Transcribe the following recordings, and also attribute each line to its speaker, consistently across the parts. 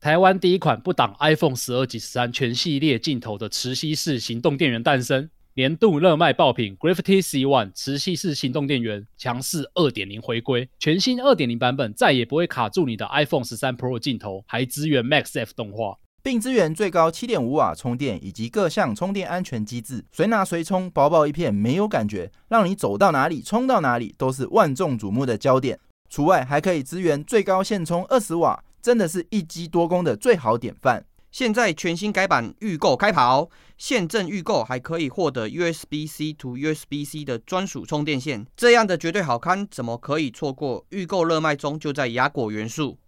Speaker 1: 台湾第一款不挡 iPhone 十二及十三全系列镜头的磁吸式行动电源诞生，年度热卖爆品 Gravity C One 磁吸式行动电源强势二点零回归，全新二点零版本再也不会卡住你的 iPhone 十三 Pro 镜头，还支援 Max F 动画。
Speaker 2: 并支援最高七点五瓦充电以及各项充电安全机制，随拿随充，薄薄一片，没有感觉，让你走到哪里充到哪里都是万众瞩目的焦点。除外，还可以支援最高线充二十瓦，真的是一机多功的最好典范。
Speaker 3: 现在全新改版预购开跑，现正预购还可以获得 USB-C to USB-C 的专属充电线，这样的绝对好看，怎么可以错过？预购热卖中，就在雅果元素。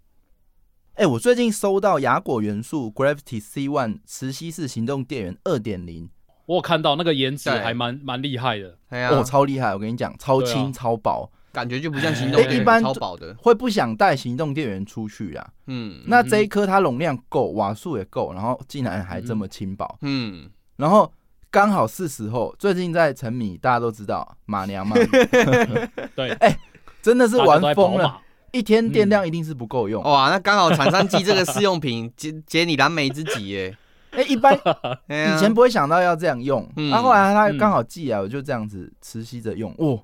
Speaker 2: 哎、我最近收到雅果元素 Gravity C One 磁吸式行动电源二点零，
Speaker 1: 我有看到那个颜值
Speaker 3: 对
Speaker 1: 还蛮蛮厉害的，
Speaker 3: 哎呀、
Speaker 2: 哦，超厉害！我跟你讲，超
Speaker 1: 啊对
Speaker 2: 轻、
Speaker 1: 啊
Speaker 2: 超薄，
Speaker 3: 感觉就不像行动电
Speaker 1: 哎一
Speaker 3: 源
Speaker 2: 般
Speaker 3: 超薄的。
Speaker 2: 会不想带行动电源出去啊。
Speaker 3: 嗯，
Speaker 2: 那这一颗它容量够，瓦数也够，然后竟然还这么轻薄，
Speaker 3: 嗯，
Speaker 2: 然后刚好是时候，最近在沉迷，大家都知道马 娘嘛，
Speaker 1: 对，
Speaker 2: 真的是
Speaker 1: 大家
Speaker 2: 玩
Speaker 1: 都在
Speaker 2: 疯
Speaker 1: 跑
Speaker 2: 了，
Speaker 1: 马。嗯哦
Speaker 2: 一天电量一定是不够用。
Speaker 3: 哇，那刚好产山鸡这个试用品解解你燃眉之急耶。
Speaker 2: 哎、一般
Speaker 3: 哎呀
Speaker 2: 以前不会想到要这样用，啊
Speaker 3: 嗯
Speaker 2: 然后后来它
Speaker 1: 嗯
Speaker 2: 刚好寄来，我就这样子磁吸着用，哇，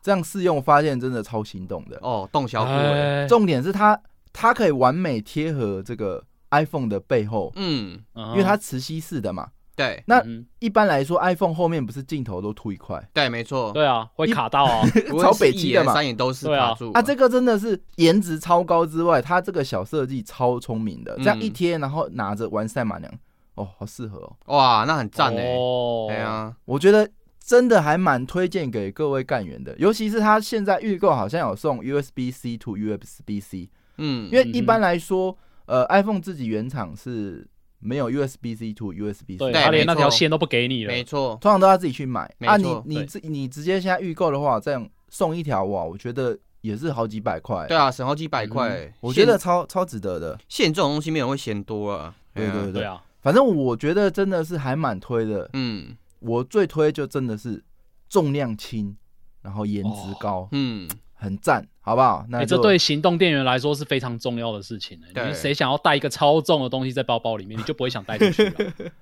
Speaker 2: 这样试用发现真的超心动的。
Speaker 3: 哦，动小骨哎，
Speaker 1: 哎，
Speaker 2: 重点是它它可以完美贴合这个 iPhone 的背后，
Speaker 3: 嗯，
Speaker 1: 因
Speaker 2: 因为它磁吸式的嘛。
Speaker 3: 对
Speaker 2: 那
Speaker 1: 嗯
Speaker 2: 一般来说，iPhone 后面不是镜头都凸一块，
Speaker 3: 对，没错，
Speaker 1: 对啊，会卡到啊，
Speaker 3: 无论
Speaker 2: 超北
Speaker 3: 是
Speaker 2: 极
Speaker 3: 一
Speaker 2: 的
Speaker 3: 眼
Speaker 2: 嘛
Speaker 3: 三眼都是
Speaker 1: 对啊
Speaker 3: 卡住
Speaker 2: 啊，这个真的是颜值超高之外，它这个小设计超聪明的，这样
Speaker 3: 嗯
Speaker 2: 一贴，然后拿着玩赛马娘，哦，好适合哦。
Speaker 3: 哇，那很赞哎。
Speaker 1: 哦，
Speaker 3: 哎呀，
Speaker 2: 我觉得真的还蛮推荐给各位干员的，尤其是它现在预购好像有送 USB C to USB C，
Speaker 3: 嗯，
Speaker 2: 因为一般来说，呃，iPhone 自己原厂是没有 USB C to USB C，
Speaker 1: 对，
Speaker 3: 对
Speaker 1: 他连
Speaker 3: 没
Speaker 1: 那条
Speaker 3: 错
Speaker 1: 线都不给你了，
Speaker 3: 没错，
Speaker 2: 通常都要自己去买
Speaker 3: 没
Speaker 2: 啊。你
Speaker 3: 错
Speaker 2: 你
Speaker 1: 对
Speaker 2: 自你直接现在预购的话，这样送一条哇，我觉得也是好几百块。
Speaker 3: 对啊，省好几百块欸。
Speaker 2: 我觉得
Speaker 3: 现
Speaker 2: 超超值得的。
Speaker 3: 现这种东西没有人会嫌多啊。
Speaker 2: 对
Speaker 3: 哎呀
Speaker 2: 对
Speaker 1: 对啊，
Speaker 2: 反正我觉得真的是还蛮推的，
Speaker 3: 嗯
Speaker 2: 我最推就真的是重量轻，然后颜值高，
Speaker 3: 嗯，
Speaker 2: 很赞，好不好？
Speaker 1: 哎、
Speaker 2: 那就、
Speaker 1: 这哦对行动电源来说是非常重要的事情、欸。
Speaker 3: 对
Speaker 1: 因为谁想要带一个超重的东西在包包里面，你就不会想带出去 了。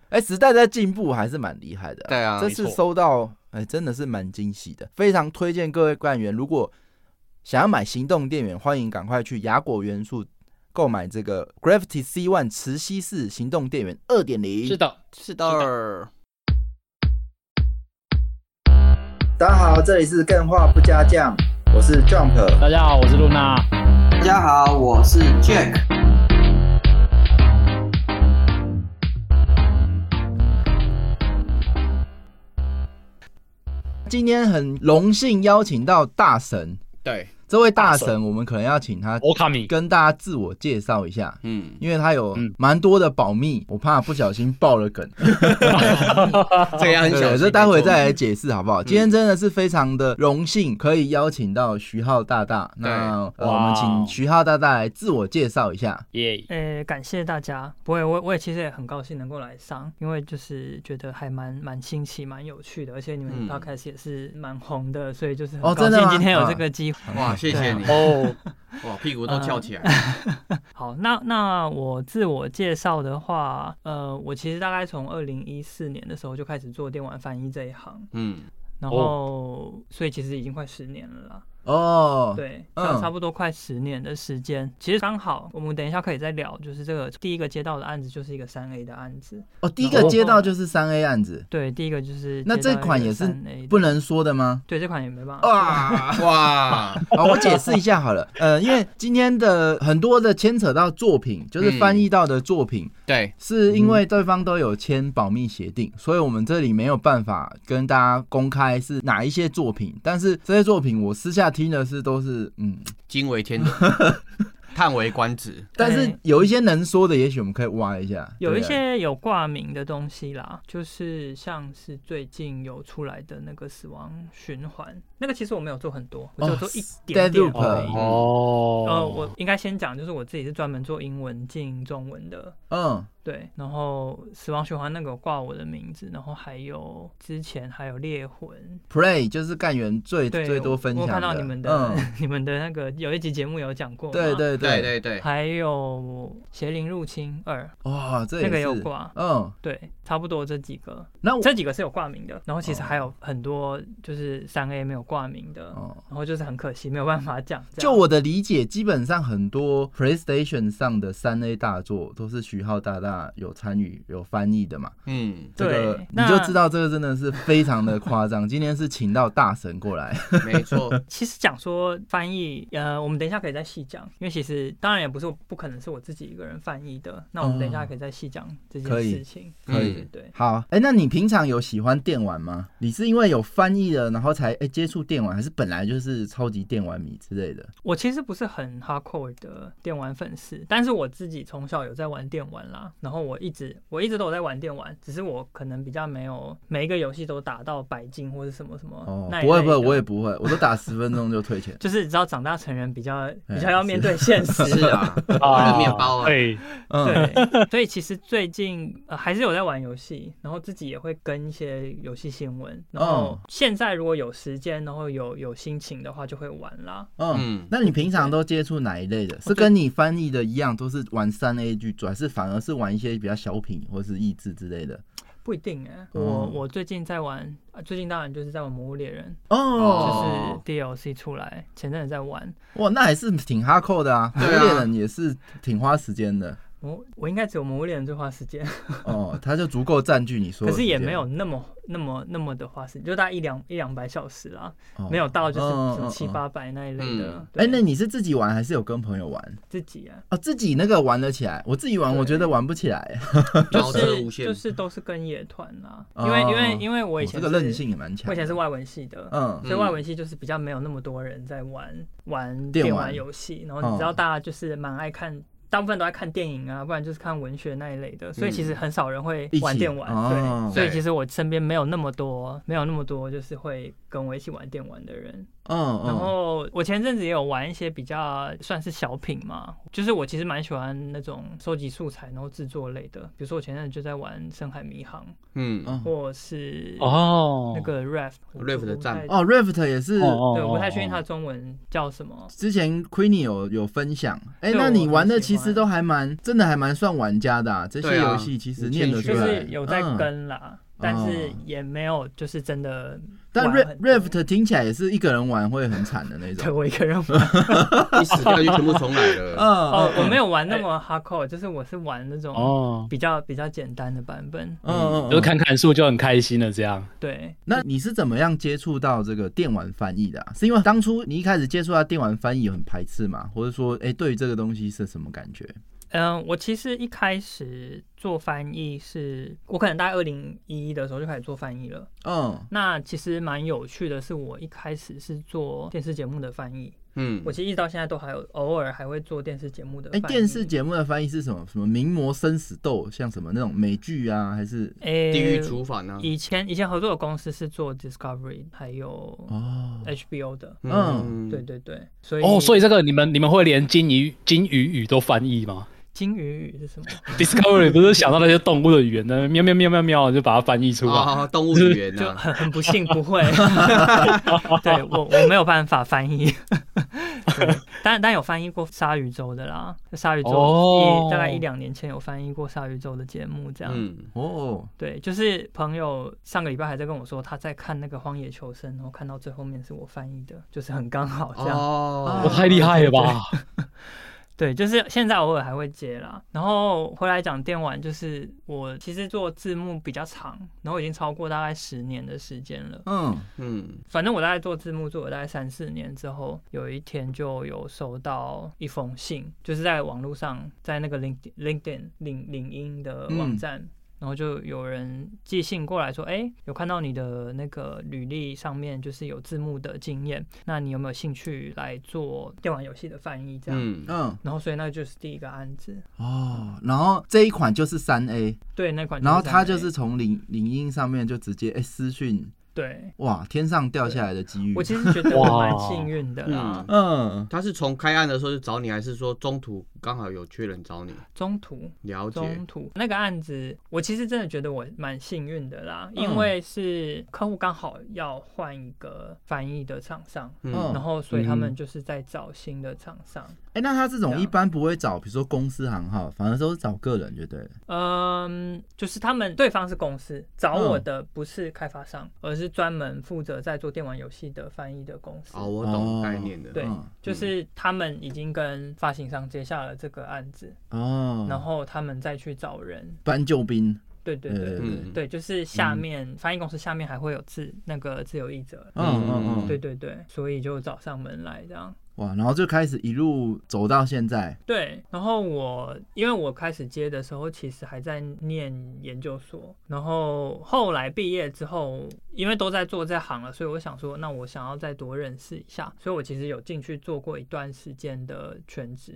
Speaker 2: 哎、时代在进步，还是蛮厉害的啊、
Speaker 3: 对啊
Speaker 2: 这
Speaker 1: 没
Speaker 2: 次
Speaker 1: 错
Speaker 2: 收到哎、真的是蛮惊喜的，非常推荐各位官员，如果想要买行动电源，欢迎赶快去雅果元素购买这个 Gravity C One 磁吸式行动电源二点零。
Speaker 1: 是的，
Speaker 3: 是的。
Speaker 2: 大家好，这里是更画不加酱，我是 Jump。
Speaker 1: 大家好，我是露娜。
Speaker 3: 大家好，我是 Jack。
Speaker 2: 今天很荣幸邀请到大神，
Speaker 3: 对，
Speaker 2: 这位大
Speaker 1: 大
Speaker 2: 神，我们可能要请他
Speaker 1: 我卡米，
Speaker 2: 跟大家自我介绍一下，
Speaker 3: 嗯，
Speaker 2: 因为他有
Speaker 1: 嗯
Speaker 2: 蛮多的保密，我怕不小心爆了梗。
Speaker 3: 这个要很小
Speaker 2: 对，
Speaker 3: 心。
Speaker 2: 这待会再来解释好不好？今天真的是非常的荣幸，可以邀请到徐浩大大。那呃我
Speaker 1: 哇
Speaker 2: 们
Speaker 1: 哦
Speaker 2: 请徐浩大大来自我介绍一下。
Speaker 1: 耶、
Speaker 4: 呃，感谢大家，不会，我我也其实也很高兴能够来上，因为就是觉得还蛮蛮新奇、蛮有趣的，而且你
Speaker 3: 嗯
Speaker 4: 们大开始也是蛮红的，所以就是
Speaker 2: 哦
Speaker 4: 很高
Speaker 2: 真的
Speaker 4: 兴
Speaker 2: 吗
Speaker 4: 今天有这
Speaker 2: 啊
Speaker 4: 个机会。
Speaker 3: 没错。哇，谢谢你
Speaker 1: 哦，
Speaker 3: 哇，屁股都翘起
Speaker 2: 啊
Speaker 3: 来。
Speaker 4: 好，那那我自我介绍的话，呃，我其实大概从二零一四年的时候就开始做电玩翻译这一行，
Speaker 3: 嗯，
Speaker 4: 然后、所以其实已经快十年了啦。
Speaker 2: 哦，
Speaker 4: 对，
Speaker 2: 嗯
Speaker 4: 差差不多快十年的时间。其实刚好，我们等一下可以再聊，就是这个第一个接到的案子就是一个三 A 的案子。
Speaker 2: 哦，第一个
Speaker 4: 哦
Speaker 2: 接到就是三 A 案子，
Speaker 4: 对，第一个就是
Speaker 2: 那
Speaker 4: 接到
Speaker 2: 这款
Speaker 4: 一个
Speaker 2: 也是
Speaker 4: 3A 的
Speaker 2: 不能说的吗？
Speaker 4: 对这款也没办法。
Speaker 2: 哇！
Speaker 3: 哇，
Speaker 2: 好，我解释一下好了。呃，因为今天的很多的牵扯到作品，就是翻译到的作品，
Speaker 3: 对，
Speaker 2: 是因
Speaker 4: 嗯
Speaker 2: 为对方都有签保密协定，所以我们这里没有办法跟大家公开是哪一些作品。但是这些作品我私下听的是都是嗯，
Speaker 3: 惊为 天人，叹为观止。
Speaker 2: 但是有一些能说的，也许我们可以挖一下。
Speaker 4: 有一
Speaker 2: 对不对
Speaker 4: 些有挂名的东西啦，就是像是最近有出来的那个死亡循环，那个其实我没有做很多，我就做一点点
Speaker 2: 哦 Deadloop
Speaker 3: 嗯
Speaker 4: 而已。
Speaker 1: 哦，
Speaker 4: 嗯 呃，我应该先讲，就是我自己是专门做英文进中文的，
Speaker 2: 嗯
Speaker 4: 对。然后死亡循环那个有挂我的名字，然后还有之前还有猎魂，
Speaker 2: ，Play 就是干员最
Speaker 4: 对，
Speaker 2: 最多分享
Speaker 4: 我
Speaker 2: 的。
Speaker 4: 我看到你们的、
Speaker 2: 嗯，
Speaker 4: 你们的那个有一集节目有讲过嘛，
Speaker 2: 对对对
Speaker 3: 对对对，
Speaker 4: 还有邪灵入侵二，
Speaker 2: 哇，这也
Speaker 4: 那个有
Speaker 2: 是
Speaker 4: 挂
Speaker 2: 嗯，
Speaker 4: 对，差不多这几个，
Speaker 2: 那我
Speaker 4: 这几个是有挂名的，然后其实
Speaker 2: 哦
Speaker 4: 还有很多就是三 A 没有挂名的，
Speaker 2: 哦
Speaker 4: 然后就是很可惜没有办法讲。这
Speaker 2: 就
Speaker 4: 样
Speaker 2: 我的理解，基本上很多 PlayStation 上的三 A 大作都是徐浩大大有参与、有翻译的嘛。
Speaker 3: 嗯，
Speaker 2: 这个
Speaker 4: 对
Speaker 2: 你就
Speaker 4: 那
Speaker 2: 知道，这个真的是非常的夸 张。今天是请到大神过来，
Speaker 3: 没错，
Speaker 4: 其实讲说翻译，呃，我们等一下可以再细讲，因为其实当然也不是我不可能是我自己一个人翻译的，那我们等一下可以再细讲这件
Speaker 2: 嗯可以
Speaker 4: 事情。
Speaker 2: 可以
Speaker 4: 对对，
Speaker 2: 好，哎、那你平常有喜欢电玩吗？你是因为有翻译了，然后才哎、接触电玩，还是本来就是超级电玩迷之类的？
Speaker 4: 我其实不是很 hardcore 的电玩粉丝，但是我自己从小有在玩电玩啦，然后我一直我一直都有在玩电玩，只是我可能比较没有每一个游戏都打到百金或者什么什么
Speaker 2: 哦
Speaker 4: 那，一
Speaker 2: 不会
Speaker 4: 类
Speaker 2: 不会，
Speaker 4: 的。
Speaker 2: 我也不会，我都打十分钟就退钱
Speaker 4: 就是只要长大成人比较
Speaker 2: 哎
Speaker 4: 比较要面对现 实。
Speaker 3: 是啊，
Speaker 1: 啊
Speaker 3: 面包啊
Speaker 1: 对，
Speaker 2: 嗯，
Speaker 4: 对，所以其实最近、呃、还是有在玩游戏，然后自己也会跟一些游戏新闻。然后
Speaker 2: 哦
Speaker 4: 现在如果有时间，然后有有心情的话，就会玩啦。
Speaker 2: 嗯。
Speaker 3: 嗯，
Speaker 2: 那你平常都接触哪一类的？是
Speaker 4: 我
Speaker 2: 跟你翻译的一样，都是玩三 A 剧主，还是反而是玩一些比较小品或是益智之类的？
Speaker 4: 不一定哎、我、
Speaker 2: 哦
Speaker 4: 我最近在玩，啊最近当然就是在玩《魔物猎人》
Speaker 2: 哦，
Speaker 3: 哦
Speaker 4: 就是 DLC 出来，前阵子在玩。
Speaker 2: 哇，那还是挺哈扣的啊，
Speaker 3: 对啊
Speaker 2: 猎人也是挺花时间的
Speaker 4: 我我应该只有《魔物猎人》最花时间，
Speaker 2: 哦，它就足够占据你所
Speaker 4: 可
Speaker 2: 有时
Speaker 4: 是
Speaker 2: 间。
Speaker 4: 也没有那么那么那么的花时间，就大概一两一两百小时啦，
Speaker 2: 哦
Speaker 4: 没有到就是
Speaker 2: 嗯
Speaker 4: 什
Speaker 2: 嗯
Speaker 4: 么七
Speaker 2: 嗯
Speaker 4: 八百那一类的
Speaker 3: 嗯。
Speaker 2: 哎、
Speaker 4: 对
Speaker 2: 那你是自己玩还是有跟朋友玩？
Speaker 4: 自己啊，
Speaker 2: 哦，自己那个玩得起来，我自己玩
Speaker 4: 对
Speaker 2: 我觉得玩不起来，
Speaker 4: 就
Speaker 3: 脑车
Speaker 4: 是
Speaker 3: 无限
Speaker 4: 就，是都是跟野团啦，
Speaker 2: 哦
Speaker 4: 因为因为因为我以前
Speaker 2: 这个
Speaker 4: 是
Speaker 2: 韧，性也蛮强。
Speaker 4: 我以前是，外文系的，
Speaker 2: 嗯，
Speaker 4: 所以外文系就是比较没有那么多人在玩玩
Speaker 2: 电玩
Speaker 4: 电玩游戏，然后你知道大家就是蛮爱看。大部分都在看电影啊，不然就是看文学那一类的，所以其实很少人会
Speaker 2: 一起
Speaker 4: 玩电玩。
Speaker 2: 哦
Speaker 4: 对，所以
Speaker 3: 对
Speaker 4: 其实我身边没有那么多，没有那么多就是会跟我一起玩电玩的人。
Speaker 2: 嗯
Speaker 4: 然
Speaker 2: 嗯，
Speaker 4: 后我前阵子也有玩一些比较算是小品嘛，就是我其实蛮喜欢那种收集素材然后制作类的，比如说我前阵子就在玩《深海迷航》
Speaker 3: 嗯，
Speaker 2: 嗯
Speaker 4: 或是
Speaker 1: 哦，
Speaker 4: 那个 Raft
Speaker 3: Raft 的战
Speaker 4: 我
Speaker 2: 哦，Raft 也是，
Speaker 1: 哦，
Speaker 4: 不太对，我不太
Speaker 1: 哦
Speaker 4: 确定它的中文叫什么。
Speaker 2: 之前 Queenie 有有分享，哎、
Speaker 4: 对
Speaker 2: 那
Speaker 4: 我
Speaker 2: 你
Speaker 4: 很
Speaker 2: 玩的
Speaker 4: 喜
Speaker 2: 其实
Speaker 4: 欢
Speaker 2: 都还蛮，真的还蛮算玩家的、啊，这些
Speaker 3: 对啊
Speaker 2: 游戏其实
Speaker 3: 很
Speaker 2: 念得出
Speaker 3: 谦
Speaker 4: 就
Speaker 3: 虚
Speaker 2: 来，
Speaker 4: 是有在
Speaker 2: 嗯
Speaker 4: 跟啦，但是
Speaker 2: 哦
Speaker 4: 也没有就是真的
Speaker 2: 但
Speaker 4: 玩
Speaker 2: Ra-
Speaker 4: 很多
Speaker 2: Raft 听起来也是一个人玩会很惨的那
Speaker 4: 对
Speaker 2: 种。
Speaker 4: 我一个人玩。
Speaker 3: 一死掉就全部重来了，
Speaker 2: 嗯
Speaker 4: 哦，我没有玩那么 hardcore，就是我是玩那种
Speaker 1: 哦，
Speaker 4: 比较比较简单的版本。
Speaker 2: 嗯嗯嗯
Speaker 1: 就砍砍树就很开心了，这样。
Speaker 4: 对，
Speaker 2: 那你是怎么样接触到这个电玩翻译的、啊？是因为当初你一开始接触到电玩翻译有很排斥吗？或者说，哎、对于这个东西是什么感觉？
Speaker 4: 嗯，我其实一开始做翻译是，我可能大概二零一一的时候就开始做翻译了。
Speaker 2: 嗯，
Speaker 4: 那其实蛮有趣的是，我一开始是做电视节目的翻译，
Speaker 3: 嗯
Speaker 4: 我，其实一直到现在都还有偶尔还会做电视节目的
Speaker 2: 哎、
Speaker 4: 翻译。
Speaker 2: 电视节目的翻译是什么？什么名模生死斗，像什么那种美剧啊，还是
Speaker 4: 诶，
Speaker 3: 地狱厨房
Speaker 1: 嗯
Speaker 3: 啊，
Speaker 4: 以前以前合作的公司是做 Discovery 还有
Speaker 2: 哦
Speaker 4: HBO 的，
Speaker 2: 嗯
Speaker 4: 对对对，所以
Speaker 1: 哦，所
Speaker 4: 以
Speaker 1: 以这个你们你们会连金鱼金鱼语都翻译吗
Speaker 4: 金鱼语是什么？
Speaker 1: ？Discovery 不是想到那些动物的语言呢，喵喵喵喵喵，就把它翻译出来。
Speaker 3: 啊，动物语言
Speaker 4: 就
Speaker 3: 啊，
Speaker 4: 很很不幸 不会，对我我没有办法翻译。 对，但但有翻译过鲨鱼洲的啦，鲨鱼洲一、
Speaker 1: 哦
Speaker 4: 大概一两年前有翻译过鲨鱼洲的节目，这样、
Speaker 3: 嗯，
Speaker 2: 哦，
Speaker 4: 对，就是朋友上个礼拜还在跟我说他在看那个《荒野求生》，然后看到最后面是我翻译的，就是很刚好这样。
Speaker 3: 哦
Speaker 1: 我太厉害了吧！
Speaker 4: 对，就是现在偶尔还会接啦。然后回来讲电玩，就是我其实做字幕比较长，然后已经超过大概十年的时间了。
Speaker 2: 嗯，
Speaker 3: 嗯，
Speaker 4: 反正我大概做字幕做了大概三四年之后，有一天就有收到一封信，就是在网络上，在那个 Link LinkedIn 领领英的网站。然后就有人寄信过来说，哎，有看到你的那个履历上面就是有字幕的经验，那你有没有兴趣来做电玩游戏的翻译这样？
Speaker 3: 嗯，
Speaker 2: 嗯，
Speaker 4: 然后所以那就是第一个案子，
Speaker 2: 哦，然后这一款就是三 A，
Speaker 4: 对那款 3A，
Speaker 2: 然后它啊就是从领领英上面就直接哎、私讯，
Speaker 4: 对
Speaker 2: 哇，天上掉下来的机遇
Speaker 4: 我，其实觉得我蛮幸运的啦
Speaker 3: 哇，
Speaker 2: 嗯，
Speaker 3: 他是从开案的时候就找你，还是说中途刚好有缺人找你，
Speaker 4: 中途
Speaker 3: 了解
Speaker 4: 中途那个案子，我其实真的觉得我蛮幸运的啦，
Speaker 2: 嗯
Speaker 4: 因为是客户刚好要换一个翻译的厂商，
Speaker 2: 嗯
Speaker 4: 然后所以他
Speaker 2: 嗯
Speaker 4: 们就是在找新的厂商。
Speaker 2: 哎，那他这
Speaker 4: 对
Speaker 2: 种
Speaker 4: 啊
Speaker 2: 一般不会找，比如说公司行号，反而都是找个人，就对了。
Speaker 4: 嗯，就是他们对方是公司找
Speaker 2: 嗯
Speaker 4: 我的不是开发商，而是专门负责在做电玩游戏的翻译的公司。
Speaker 3: 哦，我懂
Speaker 2: 哦
Speaker 3: 概念的，
Speaker 4: 对
Speaker 2: 嗯，
Speaker 4: 就是他们已经跟发行商接下了这个案子，
Speaker 2: 哦，
Speaker 4: 然后他们再去找人。
Speaker 2: 搬救兵，
Speaker 4: 对对
Speaker 2: 对
Speaker 4: 哦对
Speaker 2: 对
Speaker 3: 嗯，
Speaker 4: 对，就是下面、翻译公司下面还会有自那个自由译者，
Speaker 2: 嗯嗯嗯，
Speaker 4: 对，对对，所以就找上门来这样。
Speaker 2: 哇，然后就开始一路走到现在，
Speaker 4: 对，然后我因为我开始接的时候，其实还在念研究所，然后后来毕业之后，因为都在做这行了，所以我想说，那我想要再多认识一下，所以我其实有进去做过一段时间的全职，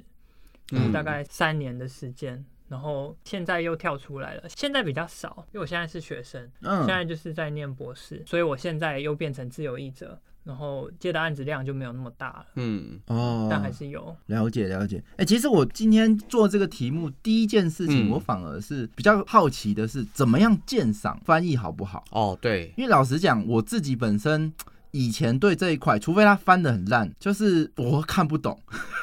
Speaker 2: 嗯
Speaker 4: 就是
Speaker 3: 嗯
Speaker 4: 大概三年的时间。然后现在又跳出来了，现在比较少，因为我现在是学生，
Speaker 2: 嗯
Speaker 4: 现，在就是在念博士，所以我现在又变成自由译者，然后接的案子量就没有那么大了，
Speaker 3: 嗯，
Speaker 2: 哦，
Speaker 4: 但还是有。
Speaker 2: 了解了解。哎、其实我今天做这个题目，第一件事情，
Speaker 3: 嗯
Speaker 2: 我反而是比较好奇的是，怎么样鉴赏翻译好不好？
Speaker 3: 哦，对，
Speaker 2: 因为老实讲，我自己本身以前对这一块，除非他翻的很烂，就是我看不懂。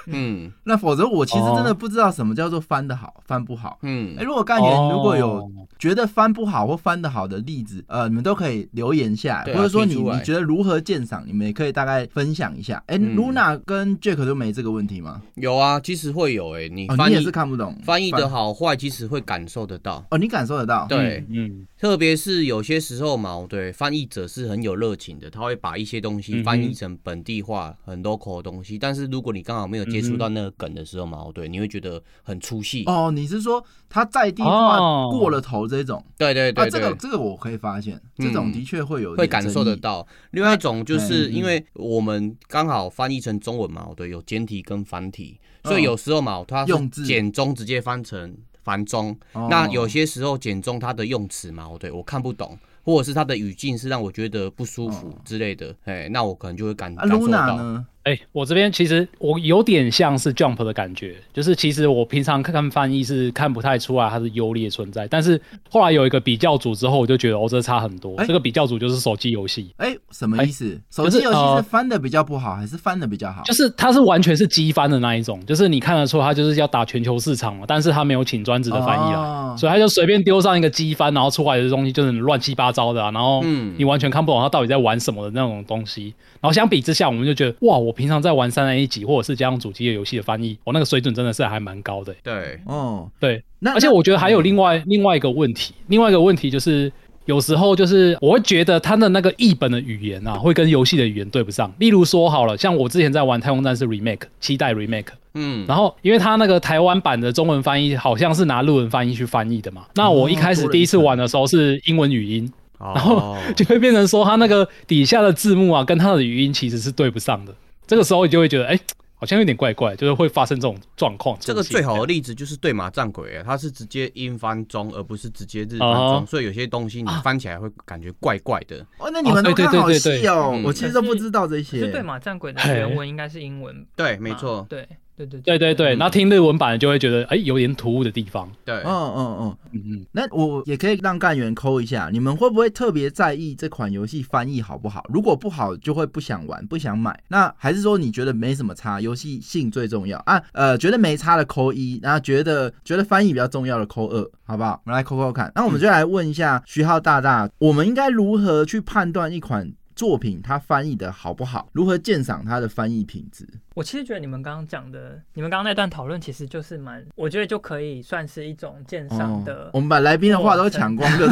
Speaker 3: 嗯
Speaker 2: 那否则我其实真的
Speaker 1: 哦
Speaker 2: 不知道什么叫做翻的好，翻不好。哎、
Speaker 3: 嗯，
Speaker 2: 如果干员如果有
Speaker 1: 哦
Speaker 2: 觉得翻不好或翻的好的例子，呃，你们都可以留言下来，
Speaker 3: 对啊
Speaker 2: 或者说你
Speaker 3: 提出来
Speaker 2: 你觉得如何鉴赏，你们也可以大概分享一下。哎、
Speaker 3: 嗯
Speaker 2: l u n a 跟 Jack 都没这个问题吗？
Speaker 3: 有啊，其实会有诶，你
Speaker 2: 哦，
Speaker 3: 翻
Speaker 2: 你也
Speaker 3: 译
Speaker 2: 是看不懂
Speaker 3: 翻译的好坏，其实会感受得到。
Speaker 2: 哦，你感受得到？
Speaker 3: 对，
Speaker 1: 嗯，
Speaker 3: 特别是有些时候嘛，对，翻译者是很有热情的，他会把一些东
Speaker 1: 嗯
Speaker 3: 西
Speaker 1: 哼
Speaker 3: 翻译成本地化、很 local 的东西。但是如果你刚好没有接触到那个梗的时候嘛，对，你会觉得很粗细。
Speaker 2: 哦，你是说他在地化
Speaker 1: 哦
Speaker 2: 过了头这种？
Speaker 3: 对对
Speaker 2: 啊，
Speaker 3: 对
Speaker 2: 这
Speaker 3: 对，嗯
Speaker 2: 个这个我可以发现，这种的确会有
Speaker 3: 会
Speaker 2: 点
Speaker 3: 感受
Speaker 2: 争
Speaker 3: 得
Speaker 2: 议。
Speaker 3: 到。另外一种就是
Speaker 2: 嗯嗯
Speaker 3: 因为我们刚好翻译成中文嘛，对，有简体跟繁体，所
Speaker 2: 嗯
Speaker 3: 以有时候嘛，它是
Speaker 2: 用字
Speaker 3: 简中直接翻成繁中。
Speaker 2: 哦
Speaker 3: 那有些时候简中它的用词嘛，对我看不懂，或者是它的语境是让我觉得不舒服之类的，哎，那我可能就会感
Speaker 2: 哦啊
Speaker 3: 感受
Speaker 2: ，Luna
Speaker 3: 到。
Speaker 2: 呢？
Speaker 1: 哎、我这边其实我有点像是 Jump 的感觉，就是其实我平常看翻译是看不太出来它是优劣存在，但是后来有一个比较组之后，我就觉得哦，这差很多。
Speaker 2: 哎
Speaker 1: 这个比较组就是手机游戏，
Speaker 2: 哎，什么意思？手
Speaker 1: 就是
Speaker 2: 机游戏是
Speaker 1: 呃
Speaker 2: 翻的比较不好，还是翻的比较好？
Speaker 1: 就是它是完全是机翻的那一种，就是你看得出它就是要打全球市场嘛，但是它没有请专职的翻译啊。
Speaker 2: 哦
Speaker 1: 所以他就随便丢上一个机翻，然后出来的东西就是很乱七八糟的啊，然后
Speaker 3: 嗯
Speaker 1: 你完全看不懂他到底在玩什么的那种东西。然后相比之下，我们就觉得哇，我平常在玩三 A 级或者是加上主机的游戏的翻译，哦我那个水准真的是还蛮高的欸、
Speaker 3: 对，
Speaker 2: 哦，
Speaker 1: 对，
Speaker 2: 那
Speaker 1: 而且
Speaker 2: 那
Speaker 1: 我觉得还有
Speaker 3: 嗯
Speaker 1: 另外、另外一个问题，另外一个问题就是。有时候就是我会觉得他的那个译本的语言啊，会跟游戏的语言对不上。例如说好了，像我之前在玩《太空战士 Remake》，期待 Remake，
Speaker 3: 嗯，
Speaker 1: 然后，因为他那个台湾版的中文翻译好像是拿日文翻译去翻译的嘛，那
Speaker 3: 哦
Speaker 1: 我一开始第一次玩的时候是英文语音，
Speaker 3: 然
Speaker 1: 然后就会变成说他那个底下的字幕啊，跟他的语音其实是对不上的。这个时候你就会觉得，哎，好像有点怪怪，就是会发生这种状况。
Speaker 3: 这个
Speaker 1: 出现
Speaker 3: 最好的例子就是对马战鬼啊，它是直接英翻中，而不是直接日翻
Speaker 1: 哦
Speaker 3: 中，所以有些东西你翻起来会感觉怪怪的。
Speaker 2: 哦，那你们都
Speaker 1: 哦对
Speaker 2: 看好
Speaker 1: 对对
Speaker 2: 戏哦
Speaker 3: 对，对
Speaker 2: 我其实都不知道这
Speaker 4: 可是对
Speaker 2: 些。
Speaker 4: 马战鬼的原文应该是英文嘛，
Speaker 3: 对，没错，
Speaker 4: 对对对
Speaker 1: 对对对，
Speaker 3: 嗯
Speaker 1: 然后听日文版的就会觉得，哎，有点突兀的地方。
Speaker 3: 对
Speaker 2: 嗯，嗯嗯，
Speaker 1: 嗯嗯，
Speaker 2: 那我也可以让干员抠一下，你们会不会特别在意这款游戏翻译好不好？如果不好，就会不想玩、不想买。那还是说你觉得没什么差，游戏性最重要啊？呃，觉得没差的扣一，然后觉得觉得翻译比较重要的扣二，好不好？我们来扣扣看。那我们
Speaker 1: 嗯
Speaker 2: 就来问一下徐浩大大，我们应该如何去判断一款作品它翻译的好不好？如何鉴赏它的翻译品质？
Speaker 4: 我其实觉得你们刚刚讲的，你们刚刚那段讨论其实就是蛮，我觉得就可以算是一种鉴赏的。
Speaker 2: 哦我们把来宾的话都抢 光了。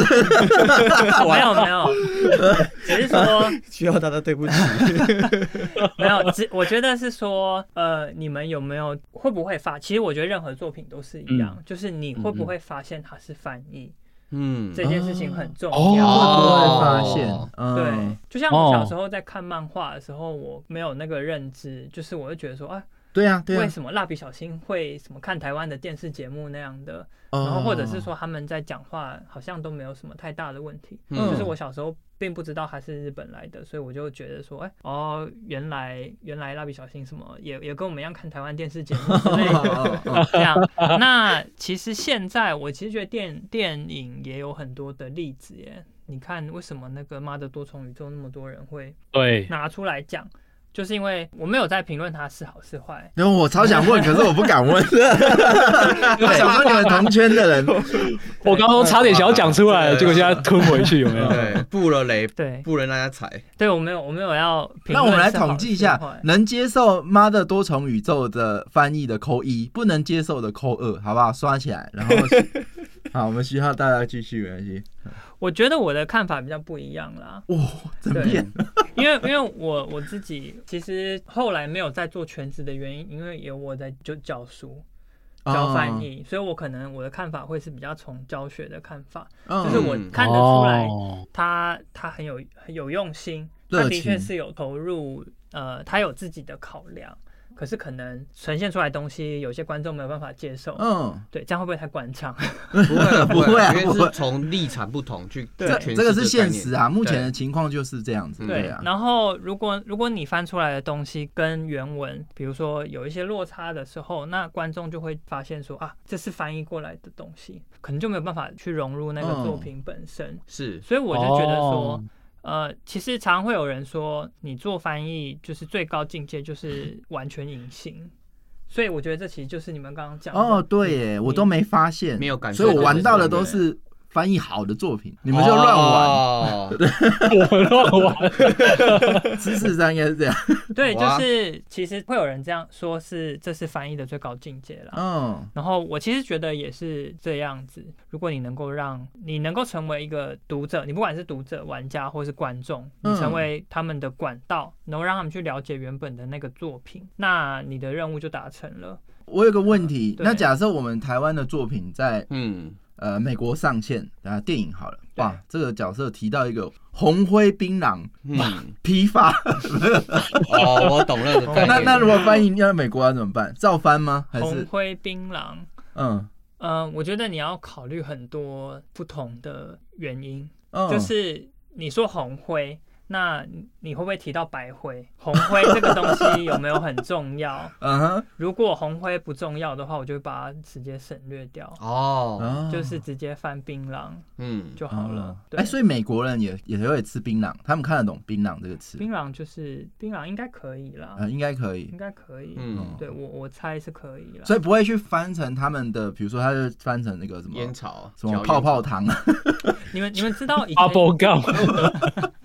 Speaker 4: 没有没有， 只是说
Speaker 3: 需要大家对不起。
Speaker 4: 没有，只我觉得是说，呃，你们有没有会不会发？其实我觉得任何作品都是一样，就是你会不会发现它是翻译、
Speaker 3: 嗯，
Speaker 4: 这件事情很重
Speaker 1: 哦
Speaker 4: 要。
Speaker 2: 会发现
Speaker 3: 哦，
Speaker 2: 嗯
Speaker 4: 对，就像我小
Speaker 1: 哦
Speaker 4: 时候在看漫画的时候，我没有那个认知，就是我会觉得说，啊，
Speaker 2: 对呀、对呀、
Speaker 4: 为什么蜡笔小新会什么看台湾的电视节目那样的，
Speaker 2: 哦
Speaker 4: 然后或者 是说他们在讲话好像都没有什么太大的问题。
Speaker 2: 嗯
Speaker 4: 就是我小时候并不知道他是日本来的，所以我就觉得说，哎、哦，原来原来蜡笔小新什么也也跟我们一样看台湾电视节目之
Speaker 2: 哦
Speaker 4: 类 的。这样，那其实现在我其实觉得电电影也有很多的例子耶。你看，为什么那个《妈的多重宇宙》那么多人会
Speaker 1: 对，
Speaker 4: 拿出来讲，就是因为我没有在评论它是好是坏。
Speaker 2: 然后我超想问，可是我不敢 问。我想说你们同圈的 人，
Speaker 1: 我刚刚差点想要讲出来了，结果现在吞回去，有没 有？
Speaker 3: 对，布了雷，
Speaker 4: 对
Speaker 3: 不能让 他踩。
Speaker 4: 对，我没有我没有要评论。
Speaker 2: 那我们来统计一下，，能接受《妈的多重宇宙》的翻译的扣一，不能接受的扣二，好不好？刷起来，然后 是好，我们需要大家继续，没关系。
Speaker 4: 我觉得我的看法比较不一样啦，
Speaker 2: 哇、真
Speaker 4: 对
Speaker 2: 变！
Speaker 4: 因为因为我我自己其实后来没有在做全职的原因，因为有我在就教书
Speaker 2: 啊
Speaker 4: 教翻译，所以我可能我的看法会是比较从教学的看法，
Speaker 2: 哦，
Speaker 4: 就
Speaker 2: 就是
Speaker 4: 我看得出来
Speaker 1: 哦
Speaker 4: 他他很有很有用心，
Speaker 2: 热
Speaker 4: 他的确
Speaker 2: 情
Speaker 4: 是有投入，呃，他有自己的考量，可是可能呈现出来的东西有些观众没有办法接受，
Speaker 2: 嗯，
Speaker 4: 对，这样会不会太官腔？
Speaker 3: 不会啊
Speaker 2: 不会啊
Speaker 3: 因为
Speaker 2: 不会
Speaker 3: 是从立场不同去
Speaker 4: 对
Speaker 2: 这
Speaker 3: 诠释
Speaker 2: 这个是
Speaker 3: 概
Speaker 2: 现
Speaker 3: 念
Speaker 2: 实啊，目前的情况就是这样子，
Speaker 3: 嗯
Speaker 2: 对
Speaker 4: 对
Speaker 2: 啊，，
Speaker 4: 然后如果如果你翻出来的东西跟原文，比如说有一些落差的时候，那观众就会发现说啊，这是翻译过来的东西，可能就没有办法去融入那个作
Speaker 2: 嗯
Speaker 4: 品本身，
Speaker 3: 是
Speaker 4: 所以我就觉得说。
Speaker 1: 哦
Speaker 4: 呃，其实常会有人说，你做翻译就是最高境界，就是完全隐形。所以我觉得这其实就是你们刚刚讲的
Speaker 2: 哦，，对耶，我都没发现，
Speaker 3: 没有感受
Speaker 2: 所以我玩到的都
Speaker 3: 到这
Speaker 2: 是翻译好的作品，你们就乱
Speaker 4: 哦
Speaker 2: 玩。
Speaker 3: 玩。
Speaker 1: 我乱玩，
Speaker 2: 知识上应该是这样，
Speaker 4: 对，就
Speaker 3: 哇
Speaker 4: 是其实会有人这样说是，这是翻译的最高境界啦。
Speaker 2: 嗯
Speaker 4: 然后我其实觉得也是这样子，如果你能够让你能够成为一个读者，你不管是读者、玩家或是观众，你
Speaker 2: 嗯
Speaker 4: 成为他们的管道，能够让他们去了解原本的那个作品，那你的任务就达成了。
Speaker 2: 我有个问题，
Speaker 4: 嗯对
Speaker 2: 那假设我们台湾的作品在
Speaker 3: 嗯，
Speaker 2: 呃美国上线啊，电影好了，
Speaker 4: 对
Speaker 2: 哇，这个角色提到一个红灰槟榔
Speaker 3: 嗯，
Speaker 2: 批发，
Speaker 3: 哦，我懂了。
Speaker 2: 那那如果翻译要美国要怎么办？照翻吗？还
Speaker 4: 红
Speaker 2: 是
Speaker 4: 灰槟榔，
Speaker 2: 嗯
Speaker 4: 嗯，我觉得你要考虑很多不同的原因，
Speaker 2: 嗯，？
Speaker 4: 就是你说红灰，那你会不会提到白灰？红灰这个东西有没有很重要
Speaker 2: 嗯哼
Speaker 4: 如果红灰不重要的话，我就会把它直接省略掉，
Speaker 3: 哦，
Speaker 2: 哦
Speaker 4: 就是直接翻槟榔
Speaker 3: 嗯，
Speaker 4: 就好了。
Speaker 2: 哦
Speaker 4: 对，
Speaker 2: 哎，所以美国人也也会吃槟榔，他们看得懂槟榔这个词，
Speaker 4: 槟榔就是槟榔，应该可以啦，
Speaker 2: 呃，应该可以
Speaker 4: 应。该可以。
Speaker 3: 嗯，
Speaker 2: 哦
Speaker 4: 对我我猜是可以啦。
Speaker 2: 所以不会去翻成他们的，比如说他就翻成那个什么
Speaker 3: 烟草
Speaker 2: 什么泡，泡糖啊，
Speaker 4: 你们你们知道以前
Speaker 1: Bubble Gum，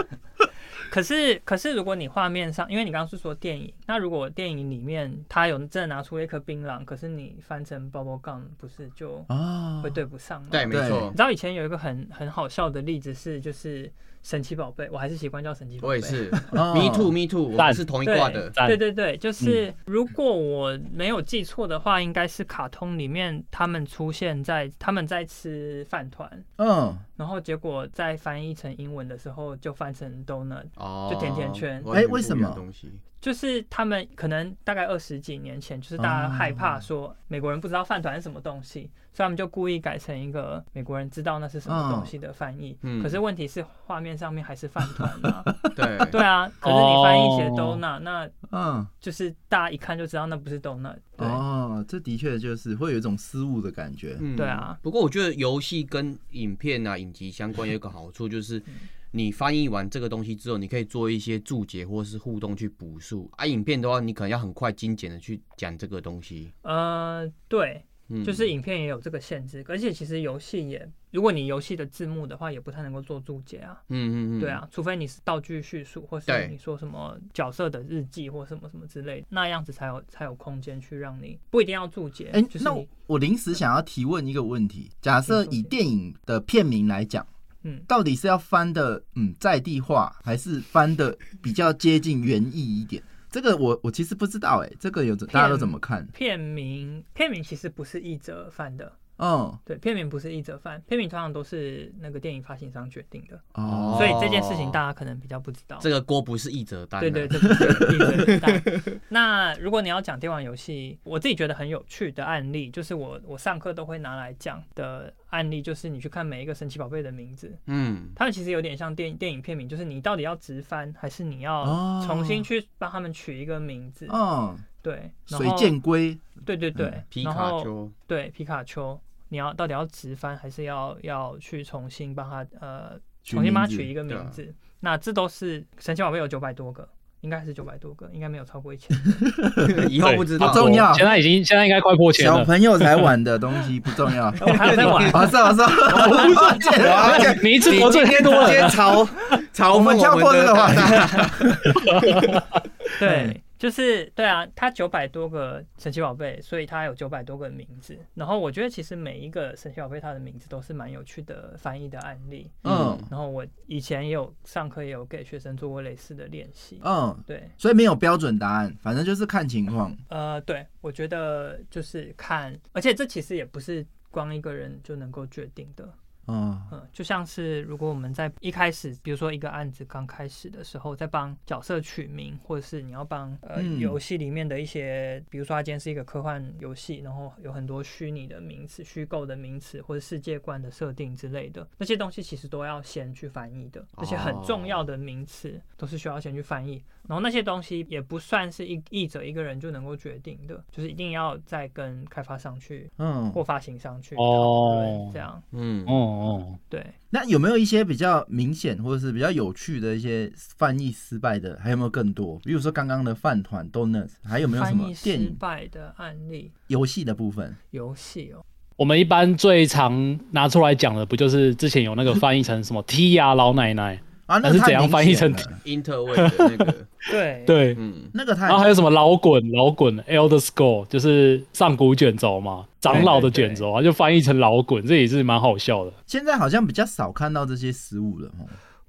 Speaker 4: 可是，可是，如果你画面上，因为你刚刚是说电影，那如果电影里面他有真的拿出了一颗槟榔，可是你翻成 bubble gum，不是就
Speaker 2: 哦
Speaker 4: 会对不上吗？
Speaker 3: 对，
Speaker 4: 你
Speaker 3: 没错
Speaker 4: 知，道以前有一个很很好笑的例子是，就是神奇宝贝，我还是习惯叫神奇宝贝。
Speaker 3: 我也是。
Speaker 2: 哦
Speaker 3: Me too, me too，我们
Speaker 1: 但
Speaker 3: 是同一
Speaker 4: 对
Speaker 3: 挂的。
Speaker 4: 对对对，就是如果我没有记错的话，应该是卡通里面他们出现在他们在吃饭团，
Speaker 2: 嗯，
Speaker 4: 然后结果在翻译成英文的时候就翻成 donut，
Speaker 3: 哦，
Speaker 4: 就甜甜圈
Speaker 3: 完全
Speaker 2: 哎为什
Speaker 3: 不一样
Speaker 2: 么
Speaker 3: 东西？
Speaker 4: 就是他们可能大概二十几年前，就是大家
Speaker 2: 哦
Speaker 4: 害怕说美国人不知道饭团是什么东西，所以他们就故意改成一个美国人知道那是什么东西的翻译。
Speaker 3: 嗯
Speaker 4: 可是问题是画面上面还是饭团 啊，
Speaker 3: 对
Speaker 4: 对啊。可是你翻译写
Speaker 3: 哦
Speaker 4: donut，、那
Speaker 2: 嗯，
Speaker 4: 就是大家一看就知道那不是 donut。对、
Speaker 2: 哦，这的确就是会有一种失误的感觉。
Speaker 3: 嗯
Speaker 4: 对啊。
Speaker 3: 不过我觉得游戏跟影片啊、影集相关有一个好处，就是
Speaker 4: 嗯
Speaker 3: 你翻译完这个东西之后，你可以做一些注解或是互动去补述。啊，影片的话，你可能要很快精简的去讲这个东西。
Speaker 4: 呃，对，
Speaker 3: 嗯，
Speaker 4: 就是影片也有这个限制，而且其实游戏也，如果你游戏的字幕的话，也不太能够做注解啊。
Speaker 3: 嗯嗯嗯，
Speaker 4: 对，啊，除非你是道具叙述，或
Speaker 3: 对
Speaker 4: 是你说什么角色的日记或什么什么之类的，那样子才有才有空间去让你不一定要注解。
Speaker 2: 哎、
Speaker 4: 就是
Speaker 2: 那
Speaker 4: 你
Speaker 2: 我临时想要提问一个问题：假设以电影的片名来讲，
Speaker 4: 嗯，
Speaker 2: 到底是要翻的嗯在地化，还是翻的比较接近原意一点？这个我我其实不知道哎、这个有大家都怎么看？
Speaker 4: 片名片名其实不是译者翻的，
Speaker 2: 嗯，
Speaker 4: 对，片名不是一折半，片名通常都是那个电影发行商决定的，
Speaker 2: 哦，
Speaker 4: 所以这件事情大家可能比较不知道。
Speaker 5: 这个锅不是一折单的，
Speaker 4: 对对，这不是一折 单。那如果你要讲电玩游戏，我自己觉得很有趣的案例，就是我我上课都会拿来讲的案例，就是你去看每一个神奇宝贝的名字，
Speaker 3: 嗯，
Speaker 4: 它们其实有点像电电影片名，就是你到底要直翻还是你要
Speaker 2: 哦
Speaker 4: 重新去帮他们取一个名字？
Speaker 2: 嗯，
Speaker 4: 对，然
Speaker 2: 水
Speaker 4: 后
Speaker 2: 箭龟，
Speaker 4: 对对对，
Speaker 5: 嗯
Speaker 3: 皮
Speaker 4: 然
Speaker 3: 卡
Speaker 4: 后
Speaker 3: 丘，
Speaker 4: 对皮卡丘，你要到底要直翻还是要要去重新帮它呃
Speaker 2: 取
Speaker 4: 重新帮它
Speaker 2: 名字
Speaker 4: 取一个
Speaker 3: 对啊
Speaker 4: 名字？那这都是神奇宝贝有九百多个，应该是九百多个，应该没有超过 一千。
Speaker 3: 以后不知道
Speaker 2: 不。重要
Speaker 1: 现，在已经现在应该快破千
Speaker 2: 小
Speaker 1: 了。
Speaker 2: 朋友才玩的东西不重 要。，
Speaker 4: 我还有在玩
Speaker 2: 好，是好是好，不重要。
Speaker 4: 啊
Speaker 1: 你一次
Speaker 5: 你
Speaker 1: 得
Speaker 5: 今
Speaker 1: 罪太
Speaker 5: 天
Speaker 1: 多
Speaker 5: 直
Speaker 1: 了，
Speaker 5: 接 嘲嘲
Speaker 2: 我们
Speaker 5: 讽
Speaker 2: 跳过这
Speaker 5: 的
Speaker 2: 个话
Speaker 5: 大
Speaker 2: 题
Speaker 5: 大。
Speaker 4: 对，就是对啊，它九百多个神奇宝贝，所以它有九百多个名字。然后我觉得其实每一个神奇宝贝它的名字都是蛮有趣的翻译的案例。
Speaker 2: 嗯
Speaker 4: 然后我以前也有上课也有给学生做过类似的练习。
Speaker 2: 嗯，
Speaker 4: 对，
Speaker 2: 所以没有标准答案，反正就是看情况。
Speaker 4: 呃，对，我觉得就是看，而且这其实也不是光一个人就能够决定的。
Speaker 2: 嗯
Speaker 4: 嗯，就像是如果我们在一开始，比如说一个案子刚开始的时候，在帮角色取名，或者是你要帮呃
Speaker 2: 嗯
Speaker 4: 游戏里面的一些，比如说它今天是一个科幻游戏，然后有很多虚拟的名词、虚构的名词或者世界观的设定之类的，那些东西其实都要先去翻译的，这些很重要的名词都是需要先去翻译。然后那些东西也不算是一译者一个人就能够决定的，就是一定要再跟开发商去
Speaker 2: 嗯，
Speaker 4: 或发行商去讨
Speaker 1: 哦
Speaker 4: 论，这样
Speaker 3: 嗯
Speaker 1: 哦，哦，
Speaker 4: 对。
Speaker 2: 那有没有一些比较明显或者是比较有趣的一些翻译失败的？还有没有更多？比如说刚刚的饭团 donuts，还有没有什
Speaker 4: 翻
Speaker 2: 么
Speaker 4: 译失
Speaker 2: 电影、
Speaker 4: 败的案例
Speaker 2: 游戏的部分？
Speaker 4: 游戏哦，
Speaker 1: 我们一般最常拿出来讲的，不就是之前有那个翻译成什么 T 呀老奶奶，
Speaker 2: 啊，那
Speaker 1: 那是
Speaker 2: 太
Speaker 1: 怎样
Speaker 2: 明
Speaker 1: 翻译
Speaker 2: 显
Speaker 1: 成
Speaker 2: 了
Speaker 3: ，Interway 的那个，
Speaker 4: 对，
Speaker 1: 对，
Speaker 3: 嗯，
Speaker 2: 那个太
Speaker 1: 然后还有什么老滚老滚 Elder Scroll，就是上古卷轴嘛，长老的卷轴啊，就翻译成老滚，这也是蛮好笑的。
Speaker 2: 现在好像比较少看到这些食物了，哦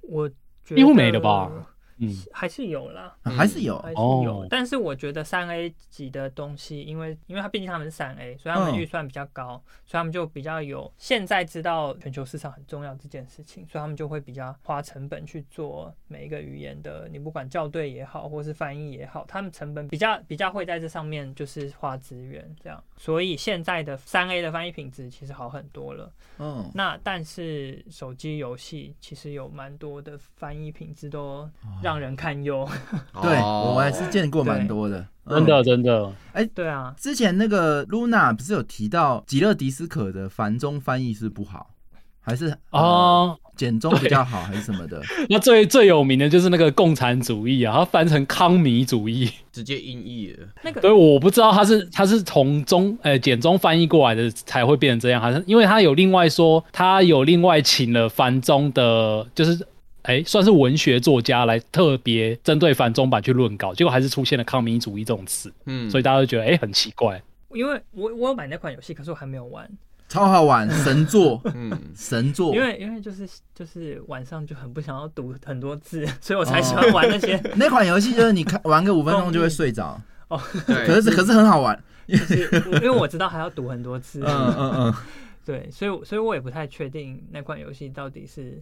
Speaker 4: 我觉得
Speaker 1: 几乎没了吧，嗯，
Speaker 4: 还是有啦，
Speaker 2: 啊
Speaker 3: 嗯
Speaker 2: 还是有
Speaker 4: 还是有，
Speaker 1: 哦
Speaker 4: 但是我觉得三 A 级的东西，因为因为它毕竟他们是三 A，所以他
Speaker 2: 嗯
Speaker 4: 们预算比较高，所以他们就比较有现在知道全球市场很重要这件事情，所以他们就会比较花成本去做每一个语言的，你不管校对也好，或是翻译也好，他们成本比较比较会在这上面就是花资源这样，所以现在的三 A 的翻译品质其实好很多了。
Speaker 2: 嗯，
Speaker 4: 那但是手机游戏其实有蛮多的翻译品质都让人堪忧。
Speaker 2: 对
Speaker 3: 哦
Speaker 2: 我还是见过蛮多的，嗯
Speaker 1: 真的真的，
Speaker 4: 对啊，
Speaker 2: 之前那个 Luna 不是有提到极乐迪斯科的繁中翻译是不好，还是呃
Speaker 1: 哦，
Speaker 2: 简中比较好，还是什么的？
Speaker 1: 那最最有名的就是那个共产主义啊，它翻成康米主义。
Speaker 3: 直接音译了，
Speaker 4: 那个
Speaker 1: 所以我不知道他是他是从中呃简中翻译过来的才会变成这样，好像因为他有另外说他有另外请了繁中的，就是哎算是文学作家来特别针对繁中版去论稿，结果还是出现了抗民主义这种词，
Speaker 3: 嗯，
Speaker 1: 所以大家就觉得哎很奇怪。
Speaker 4: 因为我我有买那款游戏，可是我还没有玩，
Speaker 2: 超好玩，神 作，
Speaker 3: 嗯，
Speaker 2: 神作
Speaker 4: 因。为因为就是就是晚上就很不想要读很多字， 所以我才喜欢玩那些。
Speaker 2: 那款游戏就是你看玩个五分钟就会睡着，
Speaker 3: 对，
Speaker 2: 可是可是很好玩。
Speaker 4: 就是 因为我知道还要读很多字，
Speaker 2: 嗯嗯嗯，
Speaker 4: 对，所以所以我也不太确定那款游戏到底是。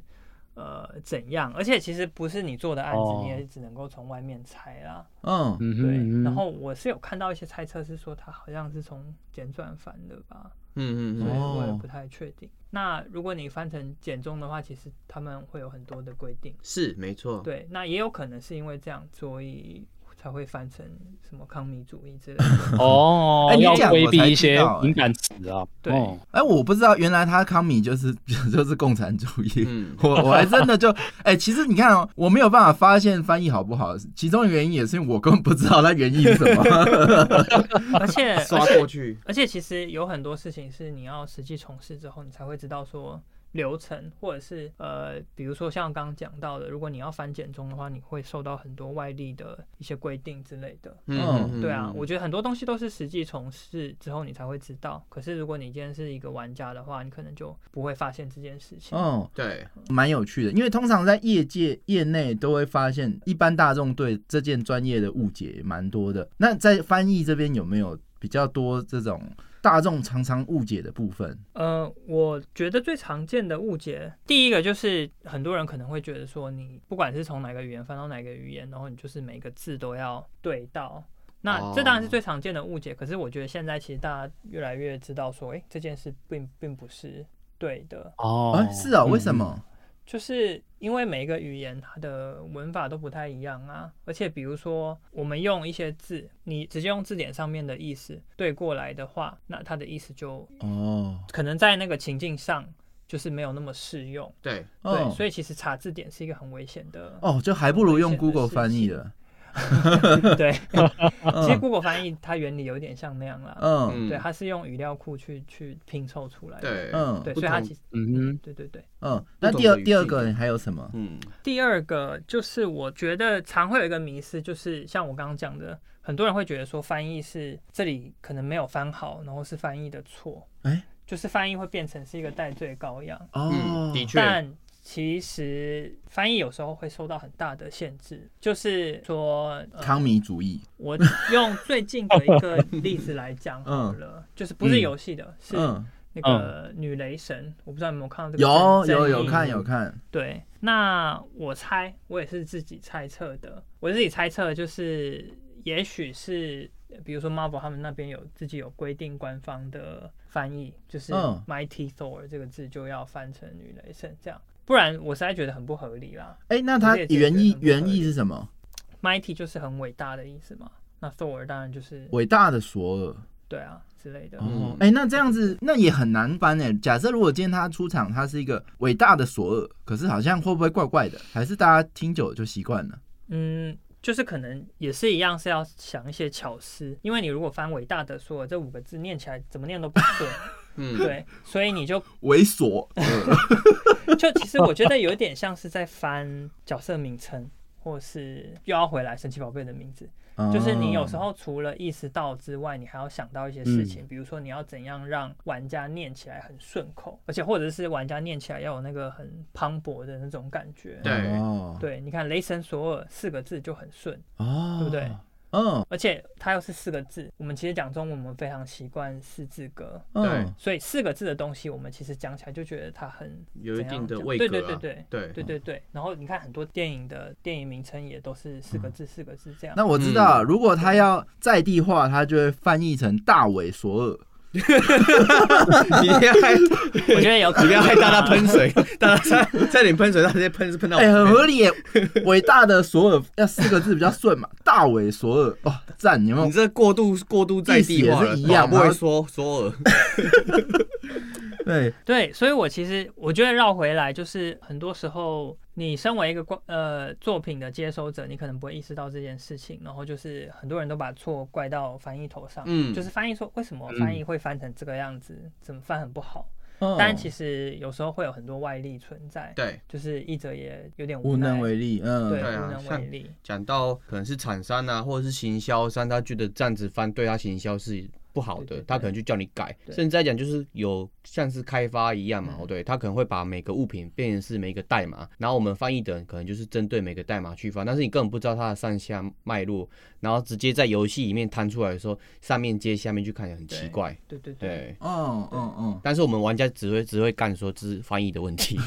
Speaker 4: 呃，怎样？而且其实不是你做的案子，
Speaker 1: 哦
Speaker 4: 你也只能够从外面猜啦。
Speaker 2: 嗯，
Speaker 1: 嗯哼，嗯
Speaker 4: 对，
Speaker 1: 哼
Speaker 4: 然后我是有看到一些猜测是说他好像是从简转翻的吧，
Speaker 3: 嗯嗯
Speaker 4: 所以
Speaker 3: 嗯，
Speaker 4: 我也
Speaker 2: 哦
Speaker 4: 不太确定。那如果你翻成简中的话，其实他们会有很多的规定。
Speaker 3: 是没错，
Speaker 4: 对，那也有可能是因为这样，所以才会翻成什么康米主义之类的。
Speaker 1: 哦，
Speaker 2: 哎你
Speaker 1: 要
Speaker 2: 讲
Speaker 1: 规
Speaker 2: 我
Speaker 1: 避
Speaker 2: 才
Speaker 1: 一
Speaker 2: 知
Speaker 1: 些
Speaker 2: 道哎
Speaker 1: 敏感词啊。
Speaker 4: 对
Speaker 1: 哦
Speaker 2: 哎，我不知道原来他康米就是 就是共产主义。
Speaker 3: 嗯，
Speaker 2: 我我还真的就哎、其实你看哦，我没有办法发现翻译好不好，其中的原因也是因为我根本不知道它原意是什 么。
Speaker 4: 而且
Speaker 3: 刷过去，
Speaker 4: 而且其实有很多事情是你要实际从事之后，你才会知道说流程，或者是呃，比如说像刚刚讲到的，如果你要翻简中的话，你会受到很多外力的一些规定之类的。
Speaker 2: 嗯
Speaker 4: 对啊，我
Speaker 3: 就
Speaker 4: 觉得很多东西都是实际从事之后你才会知道。可是如果你今天是一个玩家的话，你可能就不会发现这件事情。
Speaker 2: 嗯，
Speaker 3: 对，
Speaker 2: 蛮有趣的，因为通常在业界业内都会发现，一般大众对这件专业的误解也蛮多的。那在翻译这边有没有比较多这种大众常常误解的部分？
Speaker 4: 呃，我觉得最常见的误解，第一个就是很多人可能会觉得说，你不管是从哪个语言翻到哪个语言，然后你就是每个字都要对到。那这
Speaker 2: 哦
Speaker 4: 当然是最常见的误解，可是我觉得现在其实大家越来越知道说，诶，这件事并并不是对的，
Speaker 1: 哦
Speaker 2: 啊，是啊，为什？么？
Speaker 4: 就是因为每一个语言它的文法都不太一样啊，而且比如说我们用一些字，你直接用字典上面的意思对过来的话，那它的意思就
Speaker 2: 哦，
Speaker 4: 可能在那个情境上就是没有那么适用。
Speaker 3: 对，
Speaker 4: 对，
Speaker 2: 哦
Speaker 4: 所以其实查字典是一个很危险的。
Speaker 2: 哦，就还不如用
Speaker 4: 很危险的
Speaker 2: Google 翻译
Speaker 4: 事
Speaker 2: 了。
Speaker 4: 对，其实
Speaker 2: 嗯
Speaker 4: Google 翻译它原理有点像那样啦。
Speaker 2: 嗯
Speaker 3: 嗯，
Speaker 4: 对，它是用语料库去去拼凑出来的。
Speaker 3: 对，
Speaker 2: 嗯
Speaker 4: 对，
Speaker 3: 不
Speaker 4: 所以它
Speaker 3: 同
Speaker 4: 其实
Speaker 1: 嗯
Speaker 4: 对对对。
Speaker 2: 嗯，那
Speaker 3: 不
Speaker 2: 第
Speaker 3: 同
Speaker 2: 二
Speaker 3: 的语
Speaker 2: 第二
Speaker 3: 境
Speaker 2: 个你还有什么？
Speaker 3: 嗯，
Speaker 4: 第二个就是我觉得常会有一个迷思，就是像我刚刚讲的，很多人会觉得说翻译是这里可能没有翻好，然后是翻译的错。
Speaker 2: 哎
Speaker 4: 就是翻译会变成是一个戴罪羔羊。
Speaker 2: 哦，
Speaker 3: 嗯，的确，
Speaker 4: 但其实翻译有时候会受到很大的限制，就是说，呃、
Speaker 2: 康米主义。
Speaker 4: 我用最近的一个例子来讲好了，就是不是游戏的，是
Speaker 2: 嗯，
Speaker 4: 那个女雷神，我不知道你有没有看到这个
Speaker 2: 有
Speaker 4: 争
Speaker 2: 有有
Speaker 4: 议
Speaker 2: 看有看，
Speaker 4: 对，那我猜，我也是自己猜测的。我自己猜测就是，也许是呃比如说 Marvel 他们那边有自己有规定官方的翻译，就是
Speaker 2: 嗯
Speaker 4: Mighty Thor 这个字就要翻成女雷神这样，不然我实在觉得很不合理啦。
Speaker 2: 哎，那它
Speaker 4: 我也觉得
Speaker 2: 原意
Speaker 4: 很不合
Speaker 2: 原
Speaker 4: 理
Speaker 2: 意是什么？
Speaker 4: Mighty 就是很伟大的意思嘛，那 Thor 当然就是
Speaker 2: 伟大的索尔。
Speaker 4: 对啊之类的。
Speaker 2: 哦
Speaker 3: 嗯，
Speaker 2: 哎，那这样子那也很难翻哎。假设如果今天他出场，他是一个伟大的索尔，可是好像会不会怪怪的？还是大家听久了就习惯了？
Speaker 4: 嗯，就是可能也是一样，是要想一些巧思，因为你如果翻伟大的说这五个字念起来怎么念都不顺，
Speaker 3: 嗯，
Speaker 4: 对，所以你就
Speaker 2: 猥琐。
Speaker 4: 就其实我觉得有点像是在翻角色名称，或是又要回来神奇宝贝的名字。
Speaker 2: 哦
Speaker 4: 就是你有时候除了意识到之外，你还要想到一些事情，比如说你要怎样让玩家念起来很顺口，而且或者是玩家念起来要有那个很磅礴的那种感觉。
Speaker 3: 对
Speaker 2: 哦
Speaker 4: 对，你看雷神索尔四个字就很顺，
Speaker 2: 哦，
Speaker 4: 对不对？
Speaker 2: 嗯
Speaker 4: 而且它又是四个字，我们其实讲中文我们非常习惯四字格，
Speaker 2: 嗯，
Speaker 4: 所以四个字的东西我们其实讲起来就觉得它很
Speaker 3: 有一
Speaker 4: 怎样
Speaker 3: 定的
Speaker 4: 讲
Speaker 3: 位
Speaker 4: 对
Speaker 3: 格
Speaker 4: 对对
Speaker 3: 啊
Speaker 4: 对
Speaker 3: 对
Speaker 4: 对对对，然后你看很多电影的电影名称也都是四个字、四个字这样。
Speaker 2: 那我知道，
Speaker 3: 嗯
Speaker 2: 如果他要在地化，他就会翻译成大尾索尔。
Speaker 6: 你别害，
Speaker 4: 我觉得有可能
Speaker 6: 你不要害大家喷水， 大家差差点喷水，大家直接喷是喷到我
Speaker 2: 哎、很
Speaker 6: 这边。
Speaker 2: 合理耶！伟大的索尔要四个字比较顺嘛，大尾索尔哦，赞！有没
Speaker 6: 你
Speaker 2: 有？
Speaker 6: 这过度过度在地化了，
Speaker 2: 意思也是一
Speaker 4: 啊
Speaker 2: 样
Speaker 6: 不
Speaker 2: 然
Speaker 6: 会
Speaker 2: 后
Speaker 6: 说说尔，
Speaker 2: 对，
Speaker 4: 对，所以我其实我觉得绕回来就是很多时候你身为一个观呃作品的接收者，你可能不会意识到这件事情，然后就是很多人都把错怪到翻译头上，
Speaker 3: 嗯
Speaker 4: 就是翻译说为什么翻译会翻成这个样子，怎么翻很不好。
Speaker 2: 嗯
Speaker 4: 但其实有时候会有很多外力存在，
Speaker 3: 对，
Speaker 4: 就是译者也有点
Speaker 2: 无
Speaker 4: 奈
Speaker 2: 能，为力。嗯，
Speaker 4: 对，
Speaker 3: 对啊
Speaker 4: 无能为
Speaker 3: 像
Speaker 4: 力。
Speaker 3: 讲到可能是厂商啊，或者是行销商，他觉得这样子翻对他行销是不好的，
Speaker 4: 对对对
Speaker 3: 他可能就叫你改。
Speaker 4: 对
Speaker 3: 甚至在讲就是有像是开发一样嘛，哦
Speaker 4: 嗯
Speaker 3: 对，他可能会把每个物品变成是每一个代码，然后我们翻译的人可能就是针对每个代码去翻，但是你根本不知道它的上下脉络，然后直接在游戏里面摊出来的时候，上面接下面去看也很奇怪，
Speaker 4: 对对对，
Speaker 3: 对。
Speaker 2: 嗯嗯嗯，
Speaker 3: 但是我们玩家只会只会干说这是翻译的问 题，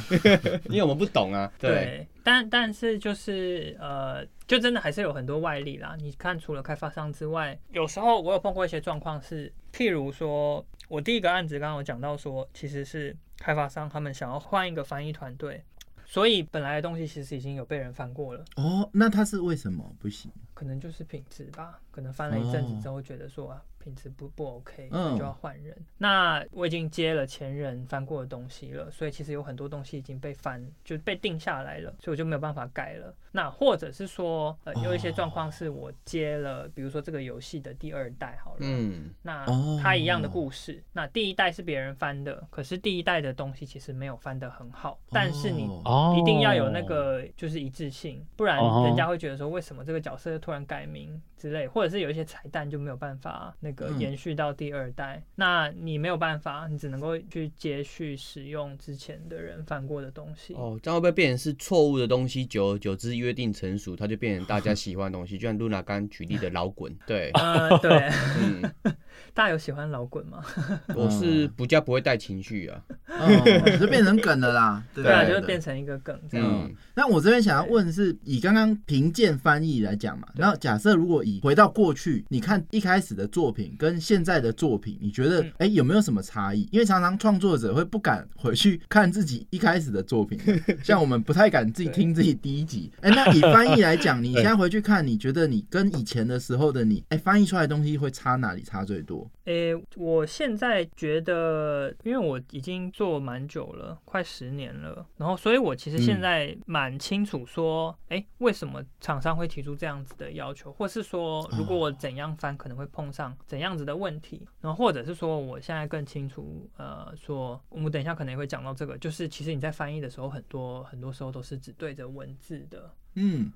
Speaker 3: 因为我们不懂啊。对，
Speaker 4: 对，但但是就是呃，就真的还是有很多外力啦。你看，除了开发商之外，有时候我有碰过一些状况是，譬如说我第一个案子刚刚有讲到说，其实是开发商他们想要换一个翻译团队，所以本来的东西其实已经有被人翻过了，
Speaker 2: 哦，那他是为什么不行？
Speaker 4: 可能就是品质吧，可能翻了一阵子
Speaker 2: 哦
Speaker 4: 之后觉得说、啊、品质不不 OK，所
Speaker 2: 嗯
Speaker 4: 以就要换人。那我已经接了前人翻过的东西了，所以其实有很多东西已经被翻，就被定下来了，所以我就没有办法改了。那或者是说，呃，有一些状况是我接了，比如说这个游戏的第二代好了，
Speaker 3: 嗯，
Speaker 4: 那
Speaker 2: 哦
Speaker 4: 它一样的故事，那第一代是别人翻的，可是第一代的东西其实没有翻得很好，但是你
Speaker 2: 哦
Speaker 1: 哦，
Speaker 4: 一定要有那个就是一致性，不然
Speaker 1: 哦
Speaker 4: 人家会觉得说为什么这个角色突然改名之类，或者是有一些彩蛋就没有办法那个
Speaker 2: 嗯
Speaker 4: 延续到第二代，那你没有办法，你只能够去接续使用之前的人翻过的东西。
Speaker 3: 哦，这样会不会变成是错误的东西？久而久之，约定成熟， 它就变成大家喜欢的东西。就像露娜刚举例的老滚，对，
Speaker 4: 呃，对，
Speaker 3: 嗯，
Speaker 4: 大家有喜欢老滚吗？
Speaker 7: 我是不叫不会带情绪啊，
Speaker 2: 嗯，就变成梗了 啦，对不
Speaker 4: 对啊，
Speaker 2: 对
Speaker 4: 就
Speaker 7: 对
Speaker 4: 是变成一个梗这样。
Speaker 7: 嗯
Speaker 2: 嗯，那我这边想要问的是，以刚刚评鉴翻译来讲嘛，然后假设如果以回到过去，你看一开始的作品跟现在的作品，你觉得
Speaker 4: 嗯
Speaker 2: 哎、诶有没有什么差异？因为常常创作者会不敢回去看自己一开始的作品， 像我们不太敢自己听自己第一集。哎、那以翻译来讲， 你现在回去看，你觉得你跟以前的时候的你，哎、翻译出来的东西会差哪里差最多？
Speaker 4: 诶、我现在觉得，因为我已经做蛮久了，快十年了，然后所以我其实现
Speaker 2: 嗯
Speaker 4: 在蛮清楚说，诶、为什么厂商会提出这样子的要求，或是说如果我怎样翻可能会碰上怎样子的问题，然后或者是说我现在更清楚，呃，说我们等一下可能也会讲到这个，就是其实你在翻译的时候，很多很多时候都是只对着文字的，
Speaker 2: 嗯，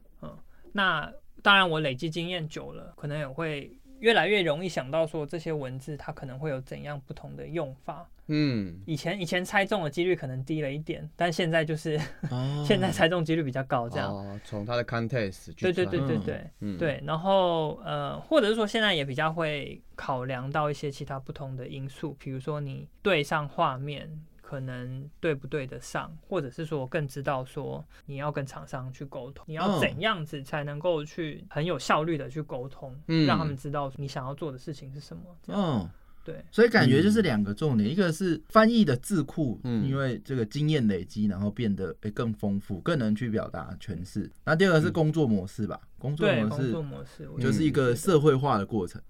Speaker 4: 那当然，我累积经验久了，可能也会越来越容易想到说这些文字它可能会有怎样不同的用法。
Speaker 7: 嗯，
Speaker 4: 以前以前猜中的几率可能低了一点，但现在就是、
Speaker 2: 哦
Speaker 4: 现在猜中几率比较高，这样。
Speaker 7: 嗯哦，从他的 context 去
Speaker 4: 对对对
Speaker 7: 猜
Speaker 4: 对
Speaker 2: 嗯
Speaker 4: 对。
Speaker 7: 嗯，
Speaker 4: 对，然后呃，或者是说现在也比较会考量到一些其他不同的因素，比如说你对上画面可能对不对得上，或者是说更知道说你要跟厂商去沟通，你
Speaker 2: 嗯
Speaker 4: 要怎样子才能够去很有效率的去沟通，
Speaker 7: 嗯
Speaker 4: 让他们知道你想要做的事情是什么。这样、
Speaker 7: 哦
Speaker 2: 嗯。
Speaker 4: 对，
Speaker 2: 所以感觉就是两个重点，一个是翻译的智库，
Speaker 7: 嗯
Speaker 2: 因为这个经验累积，然后变得诶更丰富，更能去表达诠释。那第二
Speaker 7: 嗯
Speaker 2: 个是工作模式吧，工作
Speaker 4: 对，
Speaker 2: 模
Speaker 4: 工
Speaker 2: 式嗯
Speaker 4: 作模式，我觉
Speaker 2: 就
Speaker 4: 得
Speaker 2: 是一个社会化的过程，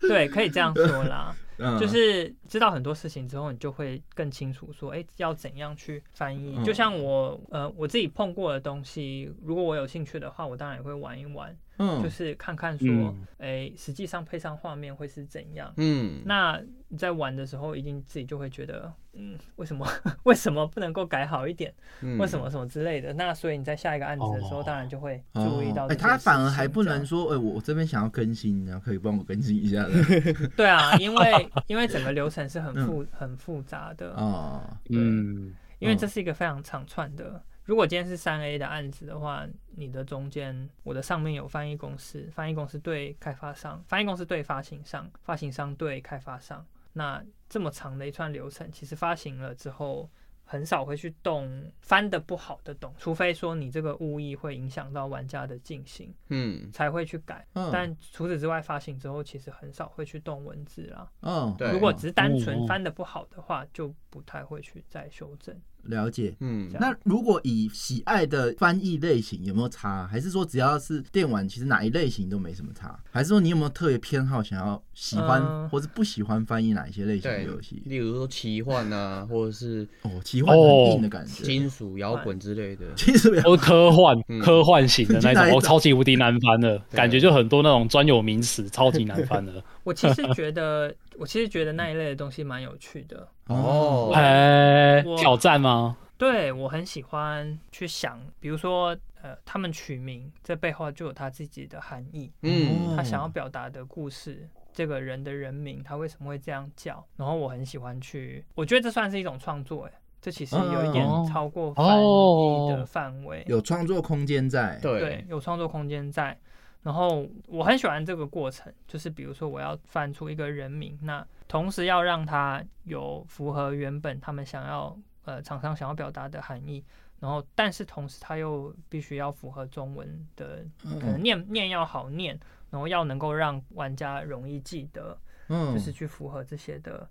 Speaker 4: 对，可以这样说啦。
Speaker 2: 嗯，
Speaker 4: 就是知道很多事情之后，你就会更清楚说，哎、要怎样去翻译。
Speaker 2: 嗯
Speaker 4: 就像我呃我自己碰过的东西，如果我有兴趣的话，我当然也会玩一玩，就
Speaker 2: 嗯
Speaker 4: 是看看说，
Speaker 1: 嗯
Speaker 4: 哎、实际上配上画面会是怎样。
Speaker 7: 嗯，
Speaker 4: 那你在玩的时候，一定自己就会觉得，嗯，为什么 为什么不能够改好一点？
Speaker 7: 嗯
Speaker 4: 为什么什么之类的？那所以你在下一个案子的时候，
Speaker 1: 哦
Speaker 4: 当然就会注意到
Speaker 2: 哦诶
Speaker 4: 这些事情、
Speaker 2: 他反而还不
Speaker 4: 这样
Speaker 2: 能说，哎、 我我这边想要更新，然后可以帮我更新一下的
Speaker 4: 对啊，因为因为整个流程是很复、
Speaker 2: 嗯
Speaker 4: 很复杂的
Speaker 2: 哦，
Speaker 1: 嗯，
Speaker 4: 因为
Speaker 2: 嗯
Speaker 4: 这是一个非常长串的。如果今天是三 A 的案子的话，你的中间，我的上面有翻译公司，翻译公司对开发商，翻译公司对发行商，发行商对开发商。那这么长的一串流程，其实发行了之后，很少会去动翻的不好的懂，除非说你这个物意会影响到玩家的进行，
Speaker 7: 嗯，
Speaker 4: 才会去改。
Speaker 2: 嗯
Speaker 4: 但除此之外，发行之后其实很少会去动文字啦。
Speaker 2: 嗯，
Speaker 7: 对
Speaker 4: 如果只是单
Speaker 1: 哦
Speaker 4: 纯翻的不好的话，就不太会去再修正。
Speaker 2: 了解。
Speaker 7: 嗯
Speaker 4: 这样
Speaker 2: 那如果以喜爱的翻译类型有没有差？还是说只要是电玩，其实哪一类型都没什么差？还是说你有没有特别偏好想要喜欢、
Speaker 4: 嗯
Speaker 2: 或是不喜欢翻译哪一些类型的
Speaker 7: 对
Speaker 2: 游戏，？
Speaker 7: 例如说奇幻啊，或者是
Speaker 2: 哦，奇幻很硬的感觉。
Speaker 7: 金属摇滚之类的，
Speaker 2: 其实
Speaker 1: 都是科幻、
Speaker 7: 嗯
Speaker 1: 科幻型的那
Speaker 2: 哪一
Speaker 1: 种，
Speaker 2: 种
Speaker 1: 我、超级无敌难翻的，
Speaker 3: 啊
Speaker 7: 对
Speaker 1: 感觉就很多那种专有名词，超级难 翻的。
Speaker 4: 我其实觉得，我其实觉得那一类的东西蛮有趣的。
Speaker 2: 哦，
Speaker 3: 啊
Speaker 7: 哦，
Speaker 1: 哎、
Speaker 4: 我
Speaker 1: 挑战吗？
Speaker 4: 对我很喜欢去想，比如说，呃，他们取名这背后就有他自己的含义，
Speaker 7: 嗯
Speaker 2: 哦
Speaker 4: 他想要表达的故事，这个人的人名，他为什么会这样叫？然后我很喜欢去，我觉得这算是一种创作，哎，这其实有一点
Speaker 1: 哦
Speaker 4: 超过翻译的范围，
Speaker 2: 有创作空间在。
Speaker 4: 对，，有创作空间在。然后我很喜欢这个过程，就是比如说我要翻出一个人名，那同时要让它有符合原本他们想要呃厂商想要表达的含义，然后但是同时它又必须要符合中文的，可能
Speaker 2: 嗯
Speaker 4: 念念要好念，然后要能够让玩家容易记得，
Speaker 2: 嗯
Speaker 4: 就是去符合这些的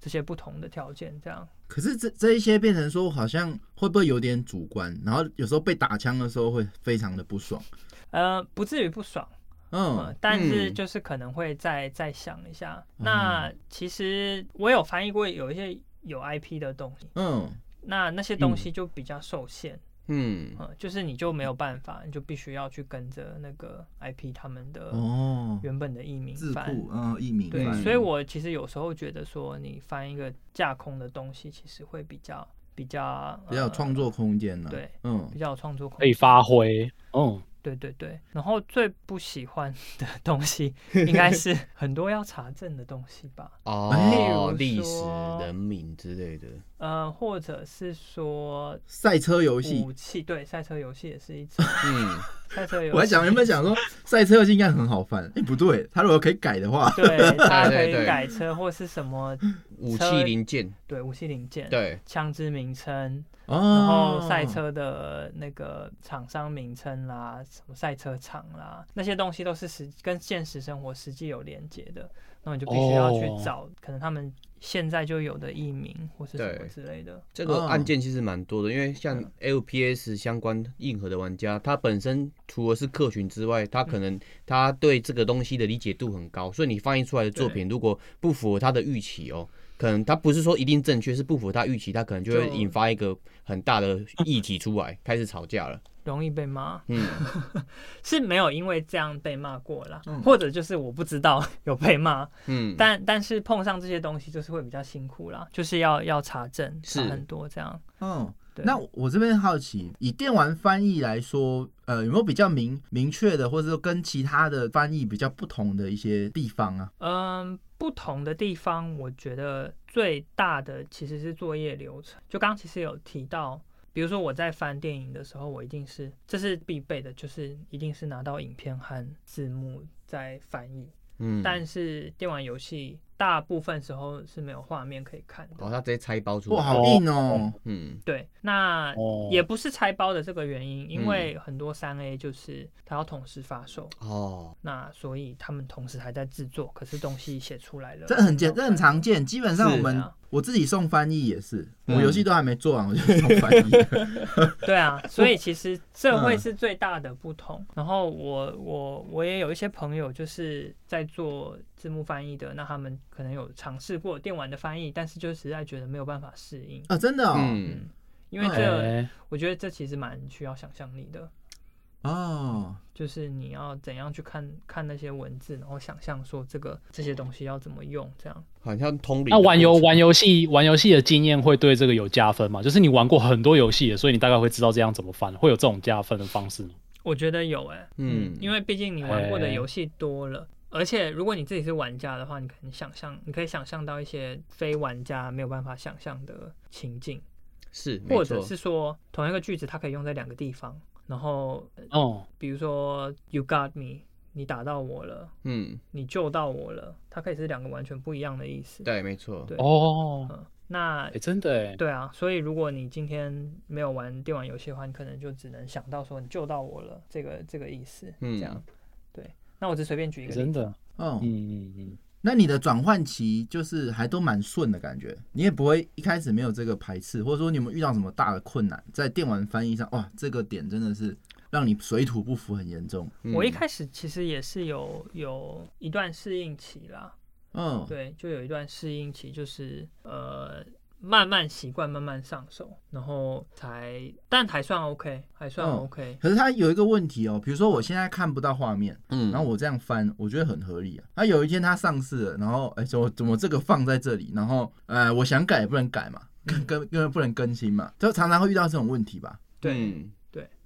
Speaker 4: 这些不同的条件，这样。
Speaker 2: 可是这这一些变成说，好像会不会有点主观？然后有时候被打枪的时候会非常的不爽。
Speaker 4: 呃，不至于不爽，
Speaker 2: 嗯嗯
Speaker 4: 嗯，但是
Speaker 7: 嗯
Speaker 4: 就是可能会再再想一下。那其实我有翻译过有一些有 IP 的东西，
Speaker 2: 嗯
Speaker 4: 那那些东西就比较受限，
Speaker 7: 嗯
Speaker 4: 嗯，就是你就没有办法，你就必须要去跟着那个 IP 他们的
Speaker 2: 哦，
Speaker 4: 原本的译名
Speaker 2: 字
Speaker 4: 翻。
Speaker 2: 库嗯译名
Speaker 4: 对，
Speaker 2: 翻
Speaker 4: 所以我其实有时候觉得说，你翻一个架空的东西，其实会比较比较
Speaker 2: 比较有
Speaker 4: 呃
Speaker 2: 创作空间呢。
Speaker 4: 对
Speaker 2: 嗯
Speaker 4: 比较有创作空
Speaker 1: 可以
Speaker 4: 间。
Speaker 1: 发挥。嗯，
Speaker 4: 对对对，然后最不喜欢的东 西应该是很多要查证的东西吧，
Speaker 2: 哎
Speaker 4: 比如
Speaker 3: 哦历史
Speaker 4: 哦说、
Speaker 3: 人名之类的，
Speaker 4: 呃，或者是说
Speaker 2: 赛车游戏
Speaker 4: 武。器，对，赛车游戏也是一 种
Speaker 3: 嗯，
Speaker 4: 赛车游戏。
Speaker 2: 我还想原本想说赛车游戏应该很好翻，哎、不对，他如果可以改的话，
Speaker 4: 对，大家可
Speaker 3: 对对
Speaker 4: 以
Speaker 3: 对
Speaker 4: 改车或是什么，
Speaker 3: 武器零件，
Speaker 4: 对，武器零件，，
Speaker 3: 对，
Speaker 4: 枪支名称，然
Speaker 2: 哦，
Speaker 4: 后赛车的那个厂商名称啦，什么赛车场啦，那些东西都是实跟现实生活实际有连接的，那你就必须要去
Speaker 1: 哦
Speaker 4: 找可能他们现在就有的艺名或是什么
Speaker 3: 对
Speaker 4: 之类的。
Speaker 3: 这个
Speaker 2: 哦
Speaker 3: 案件其实蛮多的，因为像 LPS 相关硬核的玩家，他本身除了是客群之外，他可能他对这个东西的理解度很高，所以你翻译出来的作品如果不符合他的预期哦，可能他不是说一定正确，是不符合他预期，他可能就会
Speaker 4: 就
Speaker 3: 引发一个很大的议题出来， 开始吵架了。
Speaker 4: 容易被骂，
Speaker 3: 嗯，
Speaker 4: 是没有因为这样被骂过啦，
Speaker 2: 嗯
Speaker 4: 或者就是我不知道 有被骂，
Speaker 3: 嗯，
Speaker 4: 但但是碰上这些东西就是会比较辛苦啦，就是要要查证，查
Speaker 3: 是
Speaker 4: 很多这样。
Speaker 2: 嗯，
Speaker 4: 对
Speaker 2: 那我这边好奇，以电玩翻译来说，呃，有没有比较明明确的，或者说跟其他的翻译比较不同的一些地方啊？
Speaker 4: 嗯，不同的地方，我觉得最大的其实是作业流程。就刚刚其实有提到，比如说我在翻电影的时候，我一定是这是必备的，就是一定是拿到影片和字幕在翻译。
Speaker 3: 嗯，
Speaker 4: 但是电玩游戏大部分时候是没有画面可以看的。
Speaker 3: 哦，他直接拆包出
Speaker 2: 哇，
Speaker 3: 来，
Speaker 2: 好硬哦！
Speaker 3: 嗯，
Speaker 4: 对，那
Speaker 1: 哦
Speaker 4: 也不是拆包的这个原因，因
Speaker 3: 嗯
Speaker 4: 为很多三 A 就是它要同时发售，
Speaker 3: 哦，
Speaker 4: 那所以他们同时还在制作，可是东西写出来了，
Speaker 2: 这很
Speaker 4: 没
Speaker 2: 简，
Speaker 4: 有
Speaker 2: 这很
Speaker 4: 看
Speaker 2: 常见。基本上我们、
Speaker 4: 哦是啊
Speaker 2: 我自己送翻译也是，
Speaker 3: 嗯
Speaker 2: 我游戏都还没做完，我就送翻 译了。
Speaker 4: 对啊，所以其实这会
Speaker 2: 嗯
Speaker 4: 是最大的不同。然后我我我也有一些朋友就是在做字幕翻译的，那他们可能有尝试过电玩的翻译，但是就实在觉得没有办法适应，
Speaker 2: 啊，真的哦，
Speaker 3: 嗯，
Speaker 4: 因为
Speaker 2: 嗯
Speaker 4: 这
Speaker 1: 哎
Speaker 4: 我觉得这其实蛮需要想象力的，
Speaker 2: 哦，
Speaker 4: 就是你要怎样去看看那些文字，然后想象说这个这些东西要怎么用，这样。
Speaker 3: 好像通灵的
Speaker 1: 那
Speaker 3: 过程。
Speaker 1: 玩游玩游戏玩游戏的经验会对这个有加分吗？就是你玩过很多游戏了，所以你大概会知道这样怎么翻，会有这种加分的方式吗？
Speaker 4: 我觉得有哎、
Speaker 3: 嗯
Speaker 4: 因为毕竟你玩过的
Speaker 1: 哎
Speaker 4: 游戏多了，而且如果你自己是玩家的话，你可能想象，你可以想象到一些非玩家没有办法想象的情境，
Speaker 3: 是，没
Speaker 4: 或者
Speaker 3: 错
Speaker 4: 是说同一个句子它可以用在两个地方，然后呃
Speaker 1: 哦，
Speaker 4: 比如说 “you got me”，你打到我了，
Speaker 3: 嗯，
Speaker 4: 你救到我了，它可以是两个完全不一样的意思。
Speaker 3: 对，没错，
Speaker 4: 对
Speaker 1: 哦，
Speaker 4: 嗯，那
Speaker 1: 哎、真的哎、
Speaker 4: 对啊，所以如果你今天没有玩电玩游戏的话，你可能就只能想到说你救到我了这个这个意思，
Speaker 3: 嗯
Speaker 4: 这样。对，那我只随便举一个例
Speaker 1: 真
Speaker 4: 子，
Speaker 1: 的，
Speaker 2: 哦，
Speaker 1: 嗯嗯嗯，
Speaker 2: 那你的转换期就是还都蛮顺的感觉，你也不会一开始没有这个排斥，或者说你有没有遇到什么大的困难在电玩翻译上？哇，这个点真的是让你水土不服很严重。
Speaker 4: 我
Speaker 3: 嗯
Speaker 4: 一开始其实也是有有一段适应期啦，
Speaker 2: 嗯，
Speaker 4: 对，就有一段适应期，就是呃慢慢习惯，慢慢上手，然后才但还算 OK，还算
Speaker 2: 哦
Speaker 4: OK，、
Speaker 2: 可是它有一个问题哦，比如说我现在看不到画面，
Speaker 3: 嗯，
Speaker 2: 然后我这样翻，我觉得很合理啊。那有一天它上市了，然后哎，怎么怎么这个放在这里？然后呃，我想改也不能改嘛，跟因为不能更新嘛，就常常会遇到这种问题吧。
Speaker 4: 对。
Speaker 3: 嗯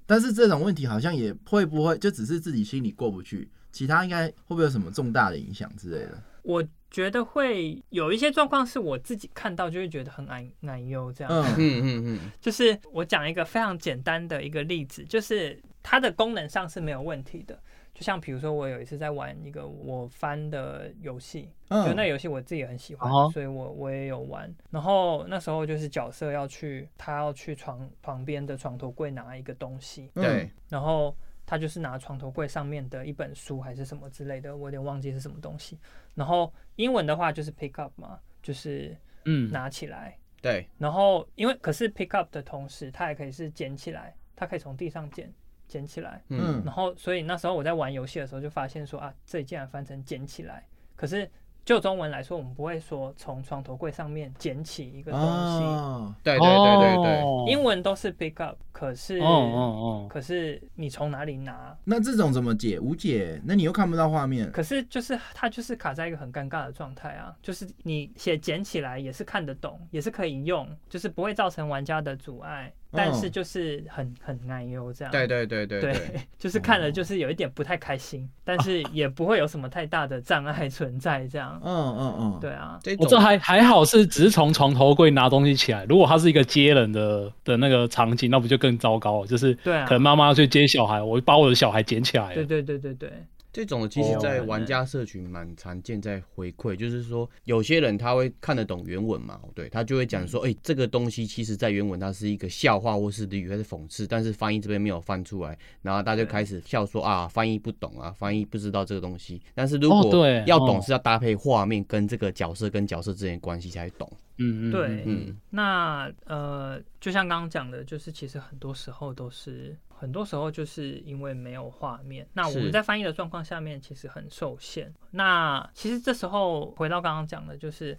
Speaker 2: 但是这种问题好像也会不会就只是自己心里过不去，其他应该会不会有什么重大的影响之类的？
Speaker 4: 我觉得会有一些状况是我自己看到就会觉得很难难忧这样，
Speaker 2: 嗯
Speaker 3: 嗯嗯嗯，
Speaker 4: 就是我讲一个非常简单的一个例子，就是它的功能上是没有问题的。就像比如说，我有一次在玩一个我翻的游戏，
Speaker 2: 嗯
Speaker 4: 就那游戏我自己也很喜欢，
Speaker 1: 哦
Speaker 4: 所以我我也有玩。然后那时候就是角色要去，他要去床旁边的床头柜拿一个东西，
Speaker 2: 嗯
Speaker 3: 对，
Speaker 4: 然后他就是拿床头柜上面的一本书还是什么之类的，我有点忘记是什么东西。然后英文的话就是 pick up 嘛，就是
Speaker 1: 嗯，
Speaker 4: 拿起来。
Speaker 3: 对，
Speaker 4: 然后因为可是 pick up 的同时，它也可以是捡起来，它可以从地上捡捡起来。
Speaker 3: 嗯
Speaker 4: 然后所以那时候我在玩游戏的时候就发现说啊，这里竟然翻成捡起来。可是就中文来说，我们不会说从床头柜上面捡起一个东西，
Speaker 2: 哦，
Speaker 1: 啊
Speaker 3: 对对对对对，
Speaker 1: 哦
Speaker 4: 英文都是 pick up，可是
Speaker 1: 哦哦哦，
Speaker 4: 可是你从哪里拿？
Speaker 2: 那这种怎么解？无解，那你又看不到画面。
Speaker 4: 可是就是它就是卡在一个很尴尬的状态啊，就是你写捡起来也是看得懂，也是可以用，就是不会造成玩家的阻碍，但是就是很很难忧这样。
Speaker 3: 嗯对对对对对，哦
Speaker 4: 对， 就是看了就是有一点不太开心，但是也不会有什么太大的障碍存在这
Speaker 3: 哦
Speaker 4: 样。
Speaker 2: 嗯嗯嗯，
Speaker 4: 对啊，
Speaker 3: 这
Speaker 1: 我
Speaker 3: 种
Speaker 1: 这还还好是只是从床头柜拿东西起来，如果它是一个接人的的那个场景，那不就更糟糕了？就是
Speaker 4: 对啊
Speaker 1: 可能妈妈去接小孩，我把我的小孩捡起来了
Speaker 4: 对对对对对，
Speaker 3: 这种其
Speaker 4: 哦
Speaker 3: 实，在玩家社群蛮常见，在回馈，就是说有些人他会看得懂原文嘛，对他就会讲
Speaker 4: 嗯
Speaker 3: 说，哎、这个东西其实在原文它是一个笑话或是俚语，它是讽刺，但是翻译这边没有翻出来，然后大家就开始笑说啊，翻译不懂啊，翻译不知道这个东西。但是如
Speaker 1: 哦
Speaker 3: 果
Speaker 1: 对
Speaker 3: 要
Speaker 1: 哦
Speaker 3: 懂，是要搭配画面跟这个角色跟角色之间的关系才懂。
Speaker 1: 嗯嗯，嗯
Speaker 4: 对
Speaker 3: 嗯，
Speaker 4: 那呃，就像刚刚讲的，就是其实很多时候都是，很多时候就是因为没有画面。那我
Speaker 3: 是
Speaker 4: 们在翻译的状况下面，其实很受限。那其实这时候回到刚刚讲的，就是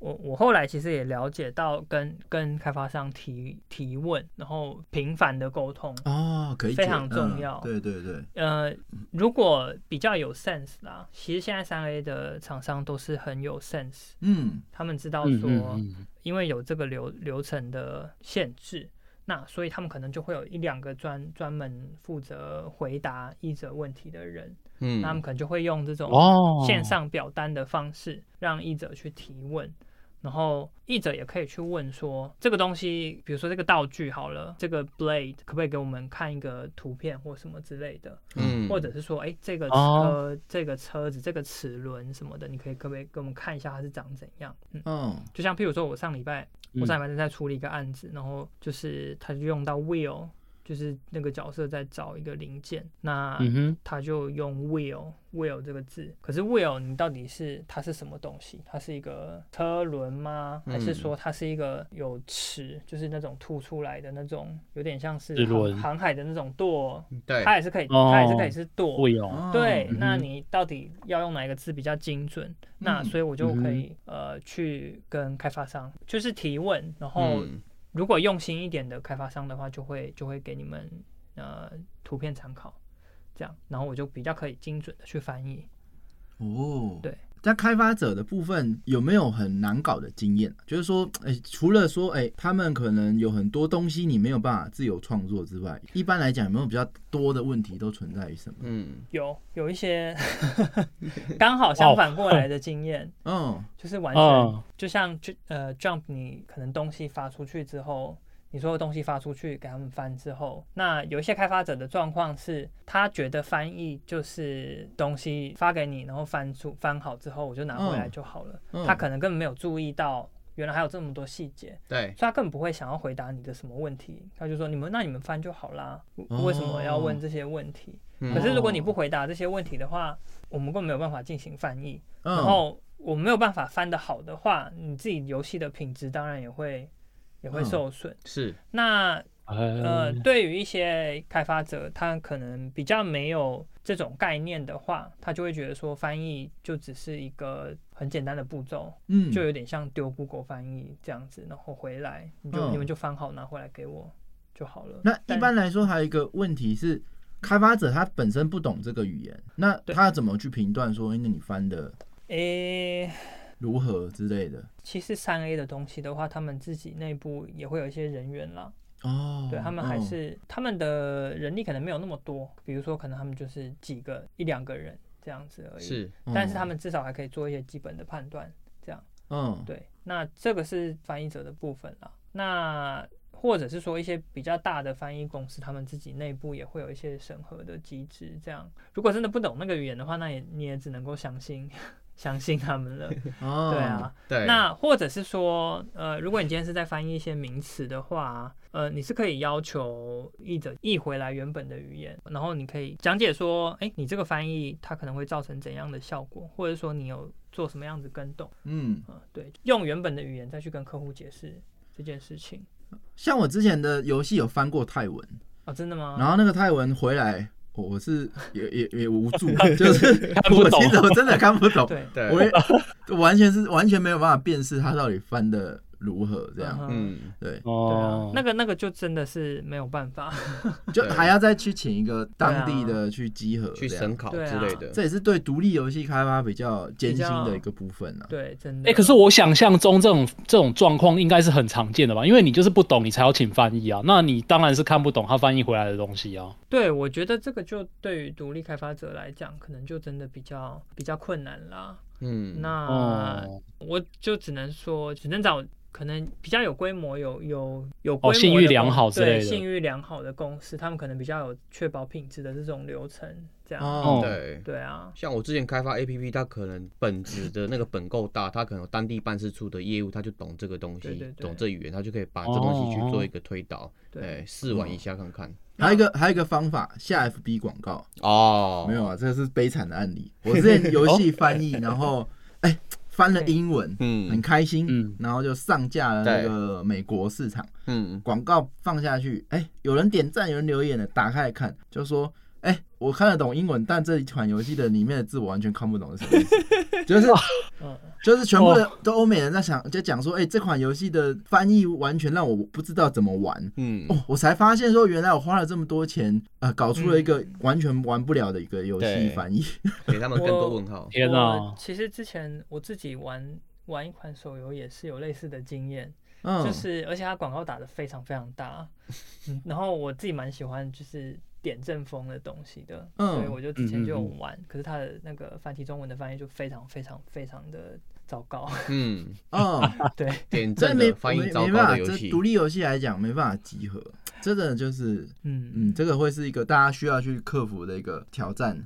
Speaker 4: 我我后来其实也了解到跟，跟开发商提提问，然后频繁的沟通。
Speaker 1: 啊
Speaker 2: 哦，可以解，
Speaker 4: 非常重要
Speaker 2: 嗯对对对，
Speaker 4: 呃，如果比较有 sense 啦，其实现在三 A 的厂商都是很有 sense，
Speaker 2: 嗯
Speaker 4: 他们知道
Speaker 1: 嗯
Speaker 4: 说。
Speaker 1: 嗯嗯
Speaker 4: 因为有这个流流程的限制，那所以他们可能就会有一两个专专门负责回答译者问题的人，
Speaker 3: 嗯
Speaker 4: 那他们可能就会用这种
Speaker 1: 哦，
Speaker 4: 线上表单的方式让译者去提问。然后译者也可以去问说，这个东西，比如说这个道具好了，这个 blade 可不可以给我们看一个图片或什么之类的，
Speaker 3: 嗯
Speaker 4: 或者是说，哎，这个车、
Speaker 1: 哦
Speaker 4: 这个车子、这个齿轮什么的，你可以可不可以给我们看一下它是长怎样？嗯，
Speaker 2: 嗯
Speaker 4: 就像譬如说，我上礼拜
Speaker 1: 嗯
Speaker 4: 我上礼拜在处理一个案子，然后就是他就用到 Will，就是那个角色在找一个零件，那
Speaker 1: 嗯哼，
Speaker 4: 他就用 Will Will 这个字。可是 Will 你到底是它是什么东西？它是一个车轮吗？还是
Speaker 3: 嗯
Speaker 4: 说它是一个有齿，就是那种凸出来的那种，有点像是
Speaker 1: 齿
Speaker 4: 航
Speaker 1: 轮
Speaker 4: 航海的那种舵？
Speaker 3: 对，
Speaker 4: 它也是可以，
Speaker 1: 哦
Speaker 4: 它也是可以是舵。
Speaker 1: 会有
Speaker 2: 哦
Speaker 4: 对，
Speaker 1: 嗯
Speaker 4: 那
Speaker 1: 哼
Speaker 4: 你到底要用哪一个字比较精准？那
Speaker 2: 嗯
Speaker 4: 所以我就
Speaker 1: 嗯哼
Speaker 4: 可以、呃去跟开发商就是提问，然后
Speaker 3: 嗯
Speaker 4: 如果用心一点的开发商的话，就会就会给你们呃图片参考，这样，然后我就比较可以精准的去翻译。
Speaker 2: 哦，
Speaker 4: 对。
Speaker 2: 在开发者的部分有没有很难搞的经验？就是说，哎、除了说，哎、他们可能有很多东西你没有办法自由创作之外，一般来讲有没有比较多的问题都存在于什么？
Speaker 3: 嗯
Speaker 4: 有有一些 刚好相反过来的经验，
Speaker 2: 嗯
Speaker 4: 就是完全、
Speaker 1: 啊，
Speaker 4: 就像就呃 jump，你可能东西发出去之后，你所有东西发出去给他们翻之后，那有一些开发者的状况是，他觉得翻译就是东西发给你，然后翻出翻好之后我就拿回来
Speaker 2: 嗯
Speaker 4: 就好了，
Speaker 2: 嗯
Speaker 4: 他可能根本没有注意到。原来还有这么多细节，
Speaker 3: 对
Speaker 4: 所以他根本不会想要回答你的什么问题，他就说你们那你们翻就好啦，为什么要
Speaker 2: 哦
Speaker 4: 问这些问题？
Speaker 3: 嗯
Speaker 4: 可是如果你不回答这些问题的话，我们根本没有办法进行翻译，然
Speaker 2: 嗯，
Speaker 4: 后我没有办法翻得好的话，你自己游戏的品质当然也会也会
Speaker 2: 嗯
Speaker 4: 受损。
Speaker 3: 是
Speaker 4: 那呃
Speaker 1: 呃，，
Speaker 4: 对于一些开发者，他可能比较没有这种概念的话，他就会觉得说翻译就只是一个很简单的步骤，
Speaker 2: 嗯，
Speaker 4: 就有点像丢 Google 翻译这样子，然后回来你就、
Speaker 2: 嗯
Speaker 4: 你们就翻好拿回来给我就好了。
Speaker 2: 那一
Speaker 4: 但
Speaker 2: 般来说，还有一个问题是，开发者他本身不懂这个语言，那
Speaker 4: 对
Speaker 2: 他怎么去评断说，哎那你翻的
Speaker 4: 诶、
Speaker 2: 如何之类的？
Speaker 4: 其实三 A 的东西的话，他们自己内部也会有一些人员啦，
Speaker 2: 哦，
Speaker 4: 对他们还
Speaker 2: 嗯
Speaker 4: 是、他们的人力可能没有那么多，比如说可能他们就是几个一两个人这样子而已。，
Speaker 3: 是，
Speaker 4: 但是他们至少还可以做一些基本的判断，这样
Speaker 2: 嗯，
Speaker 4: 对。那这个是翻译者的部分啦。那或者是说一些比较大的翻译公司，他们自己内部也会有一些审核的机制，这样。如果真的不懂那个语言的话，那也你也只能够相信相信他们了，
Speaker 2: 哦，
Speaker 4: 对啊。
Speaker 3: 对，
Speaker 4: 那或者是说，呃，如果你今天是在翻译一些名词的话，呃，你是可以要求译者译回来原本的语言，然后呃你可以讲解说，哎，你这个翻译它可能会造成怎样的效果，或者说你有做什么样子跟动
Speaker 2: 嗯，
Speaker 4: 啊、对，用原本的语言再去跟客户解释这件事情
Speaker 2: 像我之前的游戏有翻过泰文，
Speaker 4: 哦，真的吗？
Speaker 2: 然后那个泰文回来，我我是也 也也无 助，就是
Speaker 1: 看不
Speaker 2: 我
Speaker 1: 懂
Speaker 2: 其实我真的看不懂，
Speaker 4: 对
Speaker 3: 对
Speaker 2: 我也完全是完全没有办法辨识他到底翻的如何这样。
Speaker 4: 嗯
Speaker 3: 嗯，
Speaker 2: 对，
Speaker 4: 哼，对啊
Speaker 1: 哦，，
Speaker 4: 那个那个就真的是没有办法，
Speaker 2: 就
Speaker 3: 对啊
Speaker 2: 还要再去请一个当地
Speaker 4: 对
Speaker 2: 的去集合
Speaker 3: 去
Speaker 2: 这样
Speaker 3: 省考
Speaker 4: 啊
Speaker 3: 之类的。
Speaker 2: 这也是对独立游戏开发比较艰辛的一个部分啊。
Speaker 4: 对，真的。
Speaker 1: 哎、可是我想象中这种这种状况应该是很常见的吧？因为你就是不懂，你才要请翻译啊。那你当然是看不懂他翻译回来的东西啊。
Speaker 4: 对，我觉得这个就对于独立开发者来讲，可能就真的比较比较困难啦。
Speaker 3: 嗯，
Speaker 4: 那、
Speaker 1: 哦，
Speaker 4: 我就只能说，只能找可能比较有规模、有有有规模
Speaker 1: 哦
Speaker 4: 的
Speaker 1: 信誉
Speaker 4: 公
Speaker 1: 良好之类
Speaker 4: 对
Speaker 1: 的
Speaker 4: 信誉良好的公司，他们可能比较有确保品质的这种流程，这样。
Speaker 2: 哦，
Speaker 3: 对。
Speaker 4: 对啊，
Speaker 3: 像我之前开发 APP，它可能本质的那个本够大，它可能有当地办事处的业务，他就懂这个东
Speaker 4: 对对
Speaker 3: 西，
Speaker 4: 对哦
Speaker 3: 懂这语言，他就可以把这东西去做一个推导，
Speaker 4: 对
Speaker 3: 哎，试玩一下看看。
Speaker 2: 还有一个还有一个方法下 FB 广告，
Speaker 3: 哦，
Speaker 2: 没有啊，这是悲惨的案例。我之前游戏翻 译，然后哎翻了英文，很
Speaker 3: 嗯
Speaker 2: 开心
Speaker 1: 嗯，
Speaker 2: 然后就上架了那个美国市场，
Speaker 3: 嗯，
Speaker 2: 广告放下去，哎，有人点赞，有人留言的，打开来看，就说。哎，我看得懂英文，但这一款游戏的里面的字我完全看不懂是什么意 思，就是
Speaker 4: 嗯，
Speaker 2: 就是全部的都欧美人在想在讲说，哎、这款游戏的翻译完全让我不知道怎么玩。
Speaker 3: 嗯
Speaker 2: 哦，我才发现说，原来我花了这么多钱，呃，搞出了一个完全玩不了的一个游戏
Speaker 3: 嗯对
Speaker 2: 翻译。
Speaker 3: 给他们更多
Speaker 4: 我
Speaker 3: 问号。
Speaker 1: 天
Speaker 4: 我
Speaker 1: 啊！
Speaker 4: 其实之前我自己玩玩一款手游也是有类似的经验，
Speaker 2: 嗯，
Speaker 4: 就是而且它广告打的非常非常 大，嗯，然后我自己蛮喜欢就是点阵风的东西的，
Speaker 2: 嗯
Speaker 4: 所以我就之前就有
Speaker 1: 嗯嗯
Speaker 4: 玩，可是它的那个繁体中文的翻译就非常非常非常的糟糕，
Speaker 3: 嗯，
Speaker 2: 嗯，
Speaker 4: 对，
Speaker 3: 点
Speaker 2: 这
Speaker 3: 阵
Speaker 2: 没
Speaker 3: 的翻译
Speaker 2: 没
Speaker 3: 糟
Speaker 2: 没
Speaker 3: 糕
Speaker 2: 办
Speaker 3: 的
Speaker 2: 法，
Speaker 3: 游
Speaker 2: 这
Speaker 3: 戏，
Speaker 2: 独立游戏来讲没办法集合，真的就是，
Speaker 4: 嗯，
Speaker 2: 嗯，这个会是一个大家需要去克服的一个挑战。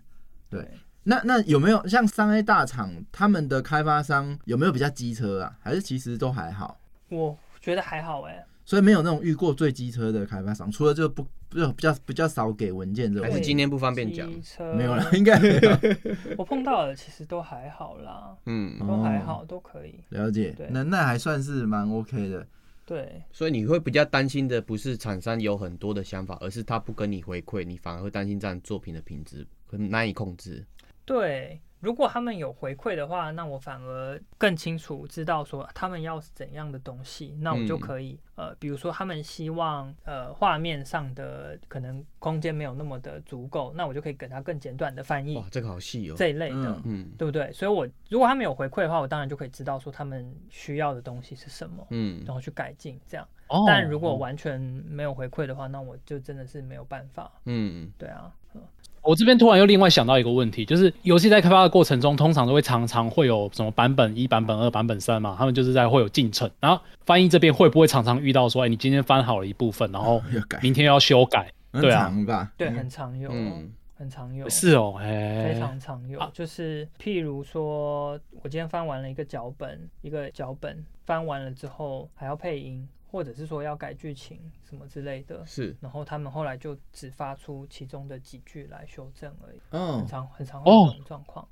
Speaker 2: 对
Speaker 4: 对，
Speaker 2: 那那有没有像三 A 大厂他们的开发商有没有比较机车啊？还是其实都还好？
Speaker 4: 我觉得还好哎、
Speaker 2: 所以没有那种遇过最机车的开发商，除了就不就比较比较少给文件这
Speaker 3: 还
Speaker 2: 种
Speaker 3: 是
Speaker 4: 对，
Speaker 3: 今天不方便讲。
Speaker 4: 机车
Speaker 2: 没有啦， 应该没有。
Speaker 4: 我碰到的其实都还好啦，
Speaker 3: 嗯，
Speaker 4: 都还
Speaker 2: 哦
Speaker 4: 好，都可以，
Speaker 2: 了解
Speaker 4: 对，
Speaker 2: 那那还算是蛮 OK 的。
Speaker 4: 对，
Speaker 3: 所以你会比较担心的不是厂商有很多的想法，而是他不跟你回馈，你反而会担心这样作品的品质很难以控制。
Speaker 4: 对，如果他们有回馈的话，那我反而更清楚知道说他们要怎样的东西，那我就
Speaker 3: 嗯
Speaker 4: 可以、呃，比如说他们希望呃画面上的可能空间没有那么的足够，那我就可以给他更简短的翻译
Speaker 3: 哇，这个好细哦。
Speaker 4: 这一类的。
Speaker 2: 嗯，
Speaker 3: 嗯
Speaker 4: 对不对？所以我，如果他们有回馈的话，我当然就可以知道说他们需要的东西是什么，
Speaker 3: 嗯
Speaker 4: 然后去改进这样。
Speaker 1: 哦，
Speaker 4: 但如果完全没有回馈的话，那我就真的是没有办法。
Speaker 3: 嗯，
Speaker 4: 对啊，嗯
Speaker 1: 我这边突然又另外想到一个问题，就是游戏在开发的过程中，通常都会常常会有什么版本一、版本二、版本三嘛，他们就是在会有进程。然后翻译这边会不会常常遇到说，哎，你今天翻好了一部分，然后
Speaker 3: 啊
Speaker 4: 嗯
Speaker 2: 要改，
Speaker 1: 明天又要修改？
Speaker 2: 很
Speaker 1: 对啊
Speaker 2: 长吧？
Speaker 4: 对，很常有，哦
Speaker 3: 嗯
Speaker 4: 很常有。
Speaker 1: 是哦，哎，
Speaker 4: 非常常有，就是譬如说，我今天翻完了一个脚本，一个脚本翻完了之后还要配音，或者是说要改剧情什么之类的，
Speaker 3: 是
Speaker 4: 然后他们后来就只发出其中的几句来修正而已，
Speaker 2: 嗯
Speaker 4: 很，常很常
Speaker 1: 哦
Speaker 4: 会有这种状况。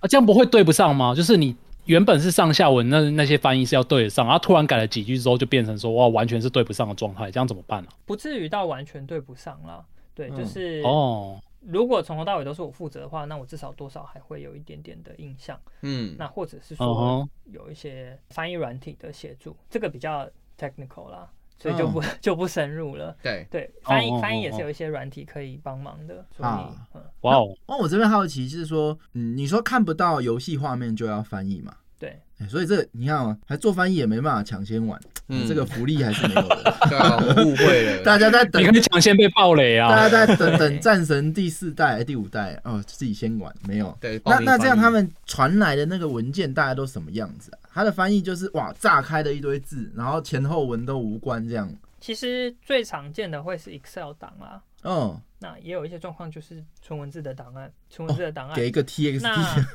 Speaker 1: 啊，这样不会对不上吗？就是你原本是上下文，那那些翻译是要对得上，然后突然改了几句之后，就变成说哇，完全是对不上的状态，这样怎么办啊呢、
Speaker 4: 不至于到完全对不上啦。对，
Speaker 2: 嗯
Speaker 4: 就是
Speaker 1: 哦，
Speaker 4: 如果从头到尾都是我负责的话，那我至少多少还会有一点点的印象。
Speaker 3: 嗯
Speaker 4: 那或者是
Speaker 1: 嗯
Speaker 4: 说
Speaker 1: 哼
Speaker 4: 有一些翻译软体的协助，这个比较 technical 啦，所以就不、 就不深入了。
Speaker 3: 对，
Speaker 4: 对，翻译
Speaker 1: 哦哦
Speaker 4: 翻译也是
Speaker 1: 哦
Speaker 4: 有一些软体可以帮忙的，所以
Speaker 2: 啊
Speaker 4: 嗯，
Speaker 1: 哇哦，
Speaker 2: 那我这边好奇是说，嗯，你说看不到游戏画面就要翻译嘛？
Speaker 4: 对，
Speaker 2: 哎所以这你看啊，还做翻译也没办法抢先玩，
Speaker 3: 嗯
Speaker 2: 这个福利还是没有的。
Speaker 3: 对啊，我误会了。
Speaker 2: 大家在等
Speaker 1: 你，可以抢先被暴雷 啊！
Speaker 2: 大家在等
Speaker 4: 对
Speaker 2: 等战神第四代、第五代哦，自己先玩没有？
Speaker 3: 对，报
Speaker 2: 那
Speaker 3: 名
Speaker 2: 那这样
Speaker 3: 翻译
Speaker 2: 他们传来的那个文件大概都什么样子啊？它的翻译就是哇，炸开的一堆字，然后前后文都无关这样。
Speaker 4: 其实最常见的会是 Excel 档啊，
Speaker 2: 嗯，
Speaker 4: 那也有一些状况就是纯文字的档案，纯文字的档案。
Speaker 2: 哦给一个
Speaker 4: 哎那
Speaker 2: TXT，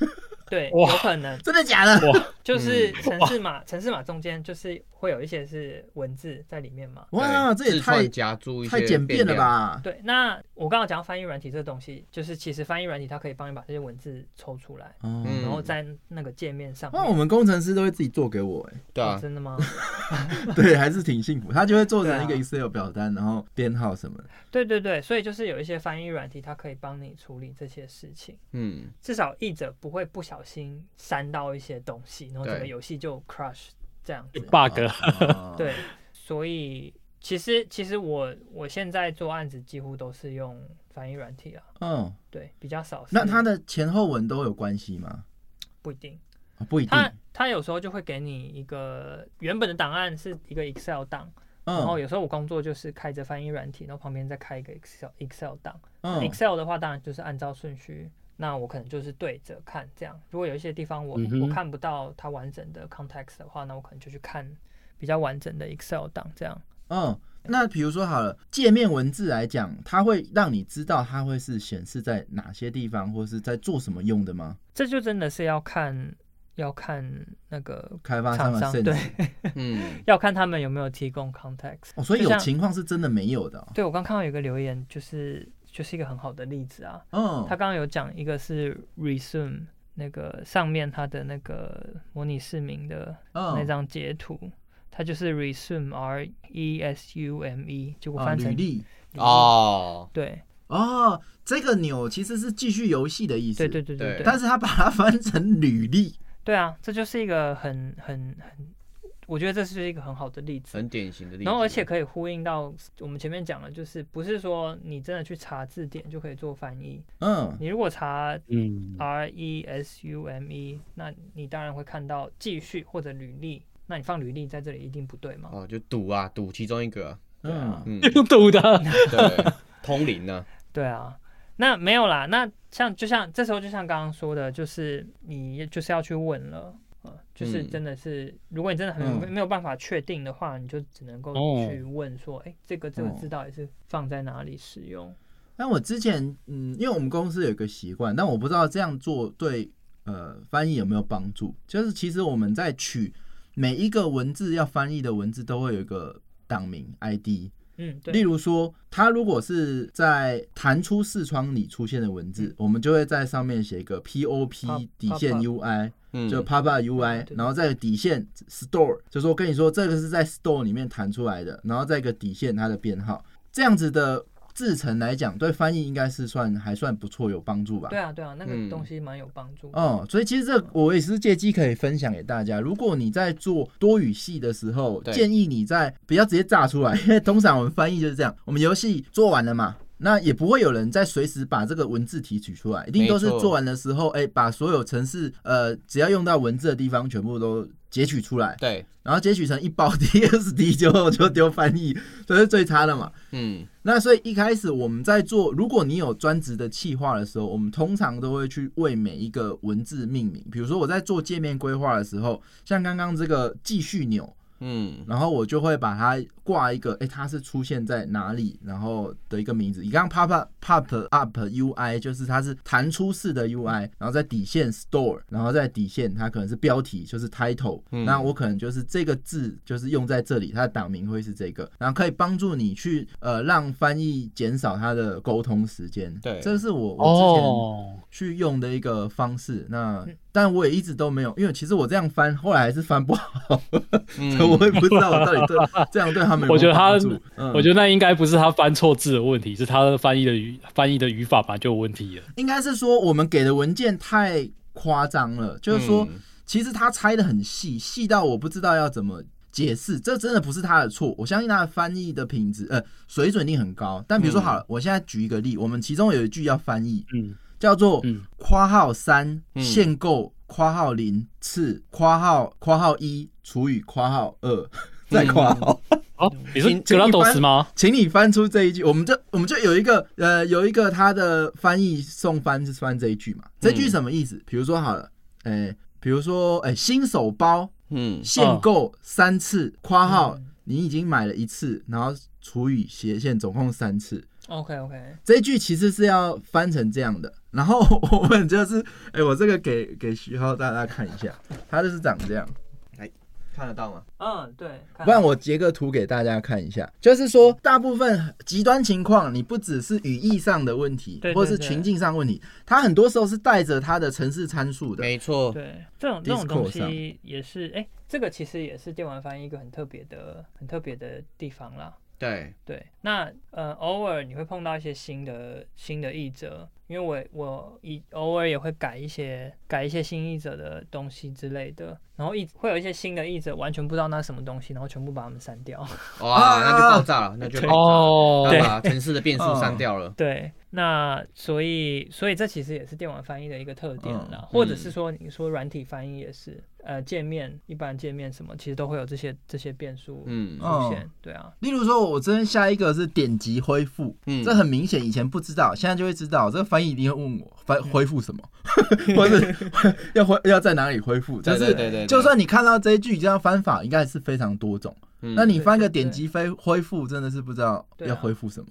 Speaker 4: 对，有
Speaker 1: 哇
Speaker 4: 可能
Speaker 2: 真的假的？
Speaker 4: 就是城市码，城市码中间就是会有一些是文字在里面嘛。
Speaker 2: 哇，这
Speaker 3: 对
Speaker 2: 也
Speaker 3: 自创
Speaker 2: 太
Speaker 3: 加注一些
Speaker 2: 太简便了
Speaker 3: 量？
Speaker 2: 吧？
Speaker 4: 对，那我刚刚讲到翻译软体这东西，就是其实翻译软体它可以帮你把这些文字抽出来，
Speaker 2: 哦，
Speaker 3: 嗯哦
Speaker 4: 然后在那个界面上面。
Speaker 2: 那我们工程师都会自己做给我，哎，
Speaker 3: 对
Speaker 4: 哦
Speaker 3: 啊，
Speaker 4: 真的吗？
Speaker 2: 对，还是挺幸福。他就会做成一个
Speaker 4: 对啊
Speaker 2: Excel 表单，然后编号什么的。
Speaker 4: 对对对，所以就是有一些翻译软体，它可以帮你处理这些事情，
Speaker 3: 嗯，
Speaker 4: 至少译者不会不小心删到一些东西，然后整个
Speaker 3: 对
Speaker 4: 游戏就 crash 这样子。
Speaker 1: bug
Speaker 2: 啊
Speaker 4: 对，所以其实其实我我现在做案子几乎都是用翻译软体啊，
Speaker 2: 嗯，
Speaker 4: 对，比较少是。
Speaker 2: 那它的前后文都有关系吗？
Speaker 4: 不一定，
Speaker 2: 啊不一定，
Speaker 4: 它它有时候就会给你一个原本的档案是一个 Excel 档，然后
Speaker 2: 嗯
Speaker 4: 有时候我工作就是开着翻译软体，然后旁边再开一个 Excel Excel 档。
Speaker 2: 嗯
Speaker 4: Excel 的话，当然就是按照顺序。那我可能就是对着看这样，如果有一些地方我、
Speaker 1: 嗯哼
Speaker 4: 我看不到它完整的 context 的话，那我可能就去看比较完整的 Excel 档这样。
Speaker 2: 嗯。那比如说好了，界面文字来讲，它会让你知道它会是显示在哪些地方，或是在做什么用的吗？
Speaker 4: 这就真的是要看要看那个
Speaker 2: 开发商
Speaker 4: 厂
Speaker 2: 的
Speaker 4: 商
Speaker 2: 甚
Speaker 4: 对
Speaker 2: 至，
Speaker 3: 嗯，
Speaker 4: 要看他们有没有提供 context。
Speaker 2: 哦，所以
Speaker 4: 就
Speaker 2: 有
Speaker 4: 像
Speaker 2: 情况是真的没有的哦、
Speaker 4: 对我刚看到有一个留言，就是就是一个很好的例子啊。
Speaker 2: 嗯，
Speaker 4: 他刚刚有讲一个是 resume 那个上面他的那个模拟市民的那
Speaker 2: 嗯
Speaker 4: 张截图，它就是 resume r e s u m e，结果
Speaker 2: 啊
Speaker 4: 翻成
Speaker 2: 履历
Speaker 4: 履历。
Speaker 3: 哦，
Speaker 4: 对
Speaker 2: 哦，这个钮其实是继续游戏的意思，
Speaker 4: 对对对对
Speaker 3: 对
Speaker 2: 但
Speaker 4: 对，
Speaker 2: 是他把它翻成履历，
Speaker 4: 对啊，这就是一个很很很，我觉得这是一个很好的例子。
Speaker 3: 很典型的例子。
Speaker 4: 然后而且可以呼应到我们前面讲的，就是不是说你真的去查字典就可以做翻译。
Speaker 2: 嗯
Speaker 4: 你如果查
Speaker 1: 嗯，
Speaker 4: R E S U M E，那你当然会看到记叙或者履历。那你放履历在这里一定不对嘛？
Speaker 3: 哦，就赌啊，赌其中一个啊，
Speaker 2: 嗯
Speaker 3: 嗯，
Speaker 1: 用赌的，
Speaker 3: 对，通灵呢，
Speaker 4: 对啊，那没有啦。那像就像这时候就像刚刚说的，就是你就是要去问了。呃就是
Speaker 3: 嗯
Speaker 4: 真的是，如果你真的很没、
Speaker 2: 嗯
Speaker 4: 没有办法确定的话，你就只能够
Speaker 1: 哦
Speaker 4: 去问说，哎、这个
Speaker 2: 哦
Speaker 4: 这个字到底是放在哪里使用？
Speaker 2: 但我之前，嗯，因为我们公司有一个习惯，但我不知道这样做对呃翻译有没有帮助。就是其实我们在取每一个文字要翻译的文字，都会有一个档名 ID。
Speaker 4: 嗯，对。
Speaker 2: 例如说，它如果是在弹出视窗里出现的文字，我们就会在上面写一个 POP
Speaker 4: 嗯 Pop-
Speaker 2: 底线
Speaker 4: pop-up
Speaker 2: UI，
Speaker 3: 嗯，
Speaker 2: 就 p a p a UI，
Speaker 4: 对对
Speaker 2: 然后再底线 Store，就说跟你说这个是在 Store 里面弹出来的，然后再一个底线它的编号，这样子的制成来讲，对翻译应该是算还算不错，有帮助吧？
Speaker 4: 对啊，对啊，那个
Speaker 3: 嗯
Speaker 4: 东西蛮有帮助的。
Speaker 2: 哦，所以其实这我也是借机可以分享给大家。如果你在做多语系的时候，
Speaker 3: 对
Speaker 2: 建议你在不要直接炸出来，因为通常我们翻译就是这样，我们游戏做完了嘛。那也不会有人再随时把这个文字提取出来，一定都是
Speaker 3: 没错
Speaker 2: 做完的时候，哎、把所有城市呃只要用到文字的地方全部都截取出来，
Speaker 3: 对，
Speaker 2: 然后截取成一包 DSD 就就丢翻译，这是最差的嘛。
Speaker 3: 嗯，
Speaker 2: 那所以一开始我们在做，如果你有专职的企划的时候，我们通常都会去为每一个文字命名。比如说我在做界面规划的时候，像刚刚这个记叙钮，
Speaker 3: 嗯，
Speaker 2: 然后我就会把它挂一个，诶，它是出现在哪里，然后的一个名字。你刚刚 pop up pop up UI 就是它是弹出式的 UI，然后在底线 store，然后在底线它可能是标题，就是 title、
Speaker 3: 嗯
Speaker 2: 那我可能就是这个字就是用在这里，它的档名会是这个，然后可以帮助你去呃让翻译减少它的沟通时间。
Speaker 3: 对
Speaker 2: 这是我我之前
Speaker 1: 哦，
Speaker 2: 去用的一个方式。那
Speaker 4: 嗯
Speaker 2: 但我也一直都没有，因为其实我这样翻，后来还是翻不好。
Speaker 3: 嗯
Speaker 2: 我也不知道我到底对 这样对他们有没
Speaker 1: 嗯
Speaker 2: 有
Speaker 1: 我觉得他
Speaker 2: 帮助嗯、
Speaker 1: 我觉得那应该不是他翻错字的问题，是他的翻译的语翻译的语法本来就有问题了。
Speaker 2: 嗯应该是说我们给的文件太夸张了，就是说、
Speaker 3: 嗯
Speaker 2: 其实他拆的很细，细到我不知道要怎么。解释这真的不是他的错，我相信他的翻译的品质，呃，水准一定很高。但比如说好了，我现在举一个例，我们其中有一句要翻译，
Speaker 1: 嗯，
Speaker 2: 叫做
Speaker 1: 嗯
Speaker 2: “括号三
Speaker 3: 嗯
Speaker 2: 限购括号零次括号括号一除以括号
Speaker 1: 嗯
Speaker 2: 二再括号”，
Speaker 1: 哦，你是
Speaker 2: 请
Speaker 1: g
Speaker 2: 请
Speaker 1: l a
Speaker 2: 你
Speaker 1: d o
Speaker 2: 翻
Speaker 1: s 吗？
Speaker 2: 请你翻出这一句，我们就我们就有一个呃有一个他的翻译送翻是翻这一句嘛，这句什么意思？比如说好了，诶、比如说诶、新手包
Speaker 3: 嗯，
Speaker 2: 限购三次，括号、你已经买了一次，然后除以斜线，总共三次。
Speaker 4: OK OK，
Speaker 2: 这一句其实是要翻成这样的，然后我们就是，诶，我这个给给徐浩大家看一下，他就是长这样。
Speaker 3: 看得到吗？
Speaker 4: 嗯，对。看
Speaker 2: 不然我截个图给大家看一下，就是
Speaker 4: 嗯
Speaker 2: 说，大部分极端情况，你不只是语义上的问题，
Speaker 4: 对对
Speaker 2: 或是
Speaker 4: 对
Speaker 2: 情境上问题，它很多时候是带着它的城市参数的。
Speaker 3: 没错，
Speaker 4: 对，这种这种
Speaker 2: Discord
Speaker 4: 东
Speaker 2: 上
Speaker 4: 西也是，哎、这个其实也是电玩翻译一个很特别的、很特别的地方啦。
Speaker 3: 对，
Speaker 4: 对，那呃，偶尔你会碰到一些新的新的译者，因为我我以偶尔也会改一些改一些新译者的东西之类的，然后译会有一些新的译者完全不知道那是什么东西，然后全部把他们删掉。
Speaker 3: 哇，
Speaker 2: 啊
Speaker 3: 那就爆炸了，那就爆炸了
Speaker 1: 哦
Speaker 3: 他
Speaker 4: 对
Speaker 3: 把城市的变数删掉了。
Speaker 4: 对，那所以所以这其实也是电玩翻译的一个特点啦，或者是说你说软体翻译也是，呃，界面一般界面什么其实都会有这些这些变数
Speaker 3: 嗯
Speaker 2: 哦
Speaker 4: 出现，对啊，
Speaker 2: 例如说，我真的下一个是点击恢复，
Speaker 3: 嗯
Speaker 2: 这很明显，以前不知道，现在就会知道。这个翻译一定会问我
Speaker 4: 嗯
Speaker 2: 翻恢复什么， 或 是要恢要在哪里恢复。就
Speaker 3: 对
Speaker 2: 是
Speaker 3: 对对对对
Speaker 2: 就算你看到这一句这样翻法，应该是非常多种。
Speaker 3: 嗯
Speaker 2: 那你翻个
Speaker 4: 对对
Speaker 2: 点击恢恢复，真的是不知道
Speaker 4: 对啊
Speaker 2: 要恢复什么，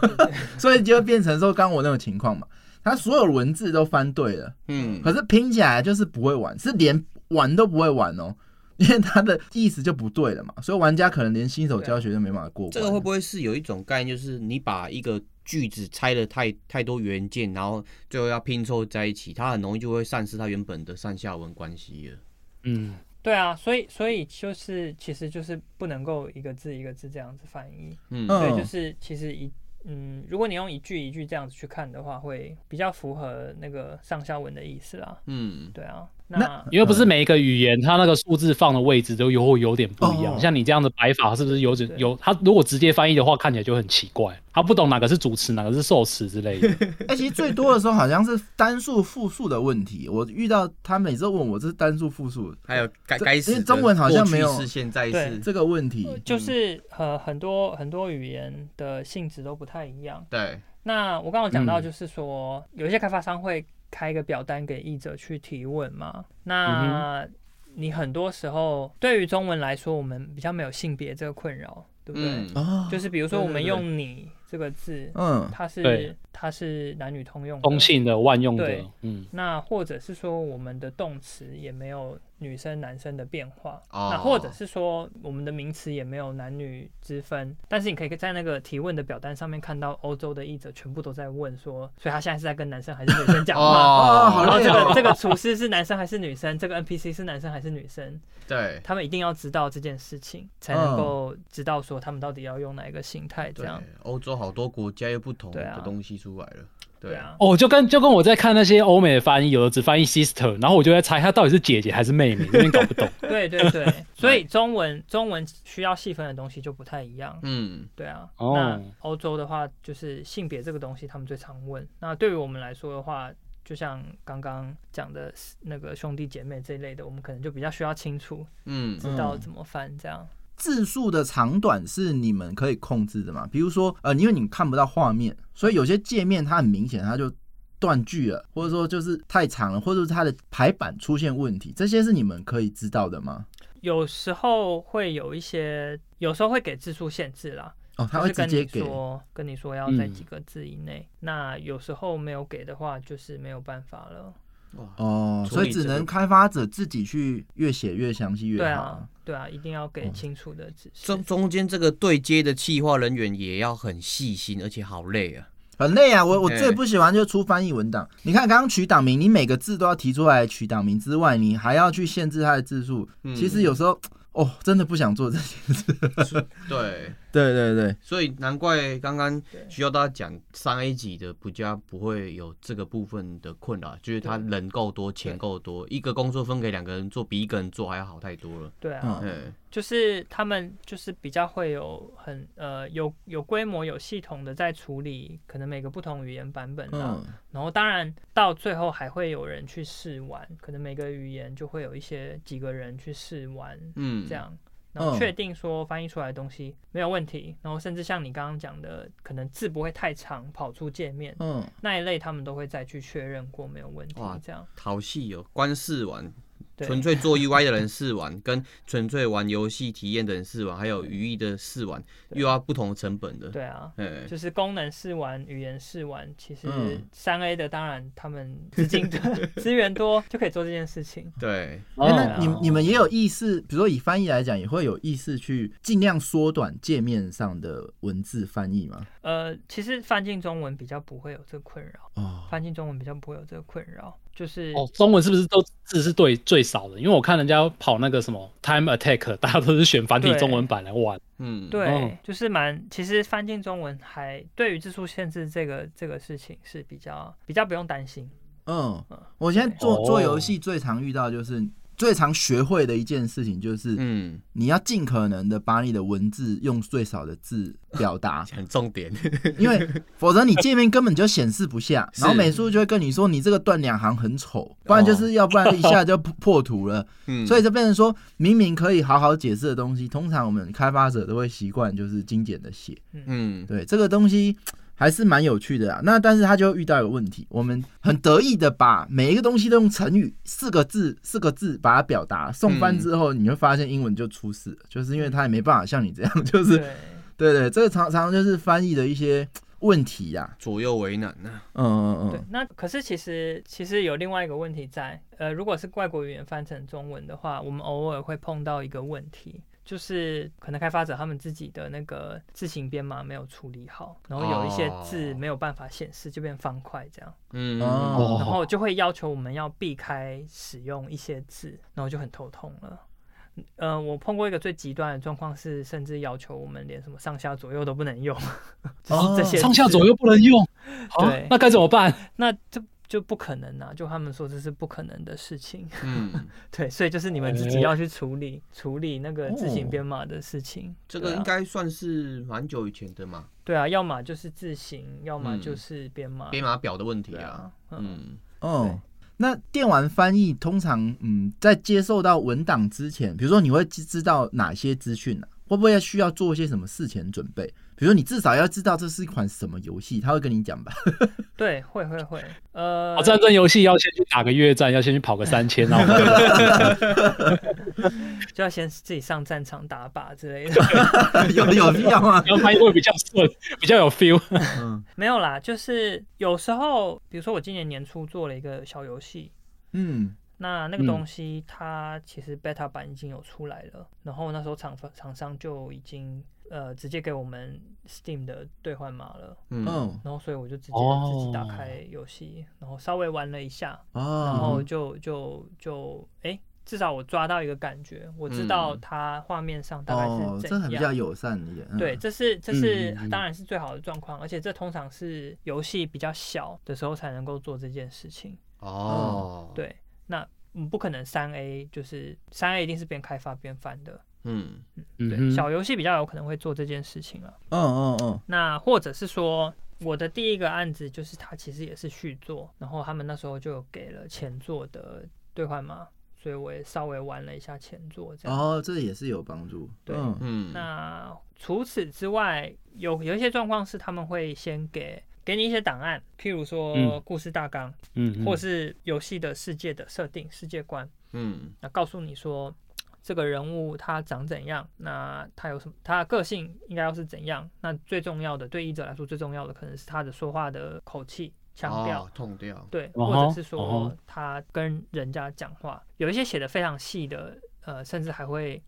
Speaker 4: 对对对
Speaker 2: 所以就会变成说，刚我那种情况嘛，他所有文字都翻对了，
Speaker 3: 嗯
Speaker 2: 可是拼起来就是不会玩，是连玩都不会玩哦。 因为他的意思就不对了嘛，所以玩家可能连新手教学都没办法过关。
Speaker 3: 这个会 不会是有一种概念，就是你把一个句子拆了太太多元件，然后最后要拼凑在一起，它很容易就会丧失它原本的上下文关系了。
Speaker 1: 嗯，
Speaker 4: 对啊，所以所以就是其实就是不能够一个字一个字这样子翻译，
Speaker 2: 嗯
Speaker 3: 嗯
Speaker 4: 所以就是其实一嗯，如果你用一句一句这样子去看的话，会比较符合那个上下文的意思啦，
Speaker 3: 嗯，
Speaker 4: 对啊，
Speaker 2: 那
Speaker 4: 那
Speaker 1: 因为不是每一个语言它那个数字放的位置都有会有点不一样，
Speaker 2: 哦
Speaker 1: 像你这样的摆法是不是有点
Speaker 4: 对
Speaker 1: 有？它如果直接翻译的话，看起来就很奇怪，他不懂哪个是主词，哪个是受词之类的。
Speaker 2: 哎、其实最多的时候好像是单数、复数的问题。我遇到他每次问我这是单数、复数
Speaker 3: 还有该
Speaker 2: 这
Speaker 3: 该死
Speaker 2: 因
Speaker 3: 的
Speaker 2: 为中文好像没有
Speaker 3: 过去式、现在式，
Speaker 2: 这个问题，
Speaker 4: 就是呃很多很多语言的性质都不太一样。
Speaker 3: 对，
Speaker 4: 那我刚刚有讲到，
Speaker 1: 嗯
Speaker 4: 就是说、有一些开发商会开一个表单给译者去提问嘛。
Speaker 1: 嗯
Speaker 4: 那、你很多时候对于中文来说，我们比较没有性别这个困扰，对不对？
Speaker 3: 嗯
Speaker 2: 哦，
Speaker 4: 就是比如说
Speaker 2: 对
Speaker 4: 我
Speaker 2: 对
Speaker 4: 们
Speaker 2: 对
Speaker 4: 用“你”这个字，
Speaker 2: 嗯
Speaker 4: 它
Speaker 1: 对
Speaker 4: 是它是男女通用的
Speaker 1: 通性的、万用的
Speaker 4: 对，
Speaker 1: 嗯，
Speaker 4: 那或者是说我们的动词也没有女生男生的变化，
Speaker 3: 哦
Speaker 4: 那或者是说我们的名词也没有男女之分，但是你可以在那个提问的表单上面看到欧洲的译者全部都在问说，所以他现在是在跟男生还是女生讲 话？
Speaker 2: 哦，好
Speaker 4: 然后
Speaker 2: 累
Speaker 4: 这
Speaker 2: 哦
Speaker 4: 个。这个厨师是男生还是女生？这个 NPC 是男生还是女生？
Speaker 3: 对，
Speaker 4: 他们一定要知道这件事情，才能够知道说他们到底要用哪一个形态这
Speaker 3: 对
Speaker 4: 样。，
Speaker 3: 欧洲好多国家又不同
Speaker 4: 对啊
Speaker 3: 的东西出来了，
Speaker 4: 对，啊，
Speaker 1: 哦，就跟就跟我在看那些欧美的翻译，有的只翻译 sister，然后我就在猜她到底是姐姐还是妹妹，有点搞不懂。
Speaker 4: 对对对，所以中文中文需要细分的东西就不太一样。
Speaker 3: 嗯
Speaker 4: 对啊，
Speaker 1: 哦
Speaker 4: 那欧洲的话就是性别这个东西，他们最常问。那对于我们来说的话，就像刚刚讲的那个兄弟姐妹这一类的，我们可能就比较需要清楚
Speaker 3: 嗯
Speaker 4: 知道怎么翻这样。
Speaker 2: 字数的长短是你们可以控制的嘛？比如说，呃，因为你看不到画面，所以有些界面它很明显，它就断句了，或者说就是太长了，或者是它的排版出现问题，这些是你们可以知道的吗？
Speaker 4: 有时候会有一些，有时候会给字数限制啦，
Speaker 2: 哦，它
Speaker 4: 就
Speaker 2: 会
Speaker 4: 是
Speaker 2: 直
Speaker 4: 跟
Speaker 2: 接
Speaker 4: 你
Speaker 2: 给嗯
Speaker 4: 说跟你说要在几个字以内。那有时候没有给的话，就是没有办法了。
Speaker 3: 哇，
Speaker 2: 哦，
Speaker 3: 处
Speaker 2: 所
Speaker 3: 理
Speaker 2: 以只
Speaker 3: 这个
Speaker 2: 能开发者自己去越写越详细越
Speaker 4: 对
Speaker 2: 好。
Speaker 4: 啊，对啊，一定要给
Speaker 2: 哦
Speaker 4: 清楚的指示。
Speaker 3: 中中间这个对接的企划人员也要很细心，而且好累啊。
Speaker 2: 很累啊！我我
Speaker 3: 哎
Speaker 2: 最不喜欢就是出翻译文档。你看，刚刚取档名，你每个字都要提出来取档名之外，你还要去限制它的字数。
Speaker 3: 嗯
Speaker 2: 其实有时候，哦，真的不想做这件事。
Speaker 3: 对，
Speaker 2: 对对对，
Speaker 3: 所以难怪刚刚
Speaker 4: 对
Speaker 3: 需要大家讲三 A 级的不加不会有这个部分的困扰，就是他
Speaker 4: 对
Speaker 3: 人够多，钱够多，一个工作分给两个人做，比一个人做还要好太多了。
Speaker 4: 对啊，
Speaker 2: 嗯
Speaker 3: 嗯，
Speaker 4: 就是他们就是比较会有很呃有有规模有系统的在处理可能每个不同语言版本啊，
Speaker 2: 嗯，
Speaker 4: 然后当然到最后还会有人去试玩，可能每个语言就会有一些几个人去试玩
Speaker 3: 嗯，
Speaker 4: 这，样，然后
Speaker 2: 嗯
Speaker 4: 确定说翻译出来的东西没有问题，然后甚至像你刚刚讲的，可能字不会太长跑出界面
Speaker 2: 嗯，
Speaker 4: 那一类，他们都会再去确认过没有问题
Speaker 3: 哇
Speaker 4: 这样，
Speaker 3: 淘戏哦，光试玩，
Speaker 4: 对
Speaker 3: 纯粹做 UI 的人试玩，跟纯粹玩游戏体验的人试玩，还有语义的试玩，
Speaker 4: 对
Speaker 3: 又要不同成本的。
Speaker 4: 对啊，
Speaker 3: 对，
Speaker 4: 就是功能试玩、语言试玩，其实
Speaker 2: 嗯
Speaker 4: 三 A 的当然他们资 金 多、资源多就可以做这件事情。
Speaker 3: 对，
Speaker 1: 哦
Speaker 2: 哎那你你们也有意识，比如说以翻译来讲，也会有意识去尽量缩短界面上的文字翻译吗？
Speaker 4: 呃，其实翻进中文比较不会有这个困扰，
Speaker 2: 哦，
Speaker 4: 翻进中文比较不会有这个困扰。就是
Speaker 1: 哦，中文是不是都字是对最少的？因为我看人家跑那个什么 Time Attack，大家 都是选繁体
Speaker 4: 对
Speaker 1: 中文版来玩。
Speaker 3: 嗯，
Speaker 4: 对，
Speaker 1: 嗯
Speaker 4: 就是蛮，其实翻进中文还对于字数限制这个这个事情是比较比较不用担心。
Speaker 2: 嗯
Speaker 4: 嗯，
Speaker 2: 我现在做
Speaker 1: 对
Speaker 2: 做游戏最常遇到就是最常学会的一件事情就是，
Speaker 3: 嗯，，
Speaker 2: 你要尽可能的把你的文字用最少的字表达
Speaker 3: 很重 点，
Speaker 2: 因为否则你界面根本就显示不下，
Speaker 3: 是
Speaker 2: 然后美术就会跟你说你这个断两行很丑，不然就是要不然一下就破 破图了，
Speaker 3: 嗯，
Speaker 2: 所以就变成说明明可以好好解释的东西，通常我们开发者都会习惯就是精简的写。
Speaker 3: 嗯，
Speaker 2: 对这个东西还是蛮有趣的啊。那但是他就遇到一个问题，我们很得意的把每一个东西都用成语四个字四个字把它表达，送翻之后，你会发现英文就出事了，就是因为他也没办法像你这样，就是对
Speaker 4: 对，
Speaker 2: 对，这个常常就是翻译的一些问题呀、
Speaker 3: 左右为难呐、
Speaker 2: 嗯嗯
Speaker 4: 对
Speaker 2: 嗯，，
Speaker 4: 那可是其实其实有另外一个问题在，呃，如果是外国语言翻成中文的话，我们偶尔会碰到一个问题，就是可能开发者他们自己的那个字形编码没有处理好，然后有一些字
Speaker 3: 哦
Speaker 4: 没有办法显示，就变方块这样，
Speaker 3: 嗯，
Speaker 2: 哦
Speaker 4: 然后就会要求我们要避开使用一些字，然后就很头痛了。呃，我碰过一个最极端的状况是，甚至要求我们连什么上下左右都不能用， 就是这些
Speaker 1: 哦上下
Speaker 4: 字
Speaker 1: 左右不能用，啊
Speaker 4: 对
Speaker 1: 那该怎么办？
Speaker 4: 那这就不可能啊！就他们说这是不可能的事情，
Speaker 3: 嗯，
Speaker 4: 对，所以就是你们自己要去处理、处理那个自行编码的事情。
Speaker 3: 这个
Speaker 4: 对啊
Speaker 3: 应该算是蛮久以前的嘛，
Speaker 4: 对啊，要么就是自行，要么
Speaker 3: 嗯
Speaker 4: 就是编
Speaker 2: 啊
Speaker 4: 码。
Speaker 3: 编码表的问题
Speaker 4: 对
Speaker 3: 啊
Speaker 4: 啊，，嗯，
Speaker 3: 嗯，
Speaker 2: 哦。那电玩翻译通常，嗯，在接受到文档之前，比如说你会知知道哪些资讯呢、会不会要需要做一些什么事前准备？比如说你至少要知道这是一款什么游戏，他会跟你讲吧？
Speaker 4: 对，会会 会，呃
Speaker 1: 打，哦战争游戏要先去打个越战，要先去跑个三 千，然后
Speaker 4: 就要先自己上战场打靶之类的。
Speaker 2: 有有必要吗？
Speaker 1: 然后翻译会比较顺， 比较有 feel。
Speaker 4: 没有啦，就是有时候，比如说我今年年初做了一个小游戏，
Speaker 2: 嗯，
Speaker 4: 那那个
Speaker 1: 嗯
Speaker 4: 东西它其实 beta 版已经有出来了，然后那时候厂方厂商就已经呃直接给我们 Steam 的兑换码了，
Speaker 3: 嗯，
Speaker 2: 哦
Speaker 4: 然后所以我就直接、
Speaker 1: 哦
Speaker 4: 自己打开游戏，然后稍微玩了一下，然后
Speaker 2: 哦，
Speaker 4: 就就就哎、诶至少我抓到一个感觉，我知道
Speaker 3: 嗯
Speaker 4: 它画面上大概
Speaker 2: 哦，
Speaker 4: 是
Speaker 2: 这很
Speaker 4: 怎
Speaker 2: 比
Speaker 4: 样。
Speaker 2: 较友善一点。嗯
Speaker 4: 对，，这是这是
Speaker 1: 嗯嗯嗯
Speaker 4: 当然是最好的状况，而且这通常是游戏比较小的时候才能够做这件事情。
Speaker 3: 哦，，
Speaker 4: 对，那嗯不可能三 A 就是三 A 一定是边开发边翻的，
Speaker 3: 嗯，
Speaker 1: 嗯
Speaker 4: 对，
Speaker 1: 哼
Speaker 4: 小游戏比较有可能会做这件事情了。
Speaker 2: 嗯嗯嗯，
Speaker 4: 那或者是说，我的第一个案子就是它其实也是续作，然后他们那时候就有给了前作的兑换码，所以我也稍微玩了一下前作这样。
Speaker 2: 哦，这也是有帮助。
Speaker 4: 对
Speaker 2: 嗯
Speaker 3: 嗯，
Speaker 4: 那除此之外，有有一些状况是他们会先给给你一些档案，譬如说
Speaker 1: 嗯
Speaker 4: 故事大纲，
Speaker 1: 嗯哼，
Speaker 4: 或是游戏的世界的设定、世界观。
Speaker 3: 嗯，
Speaker 4: 那告诉你说这个人物他长怎样，那他有什么，他的个性应该要是怎样。那最重要的，对译者来说最重要的可能是他的说话的口气、腔调。
Speaker 3: 哦痛掉，
Speaker 4: 对，
Speaker 1: 哦
Speaker 4: 或
Speaker 1: 吼
Speaker 4: 者
Speaker 1: 哦
Speaker 4: 是
Speaker 1: 吼
Speaker 4: 说他跟人家讲话，有一些写的非常细的，呃，甚至还会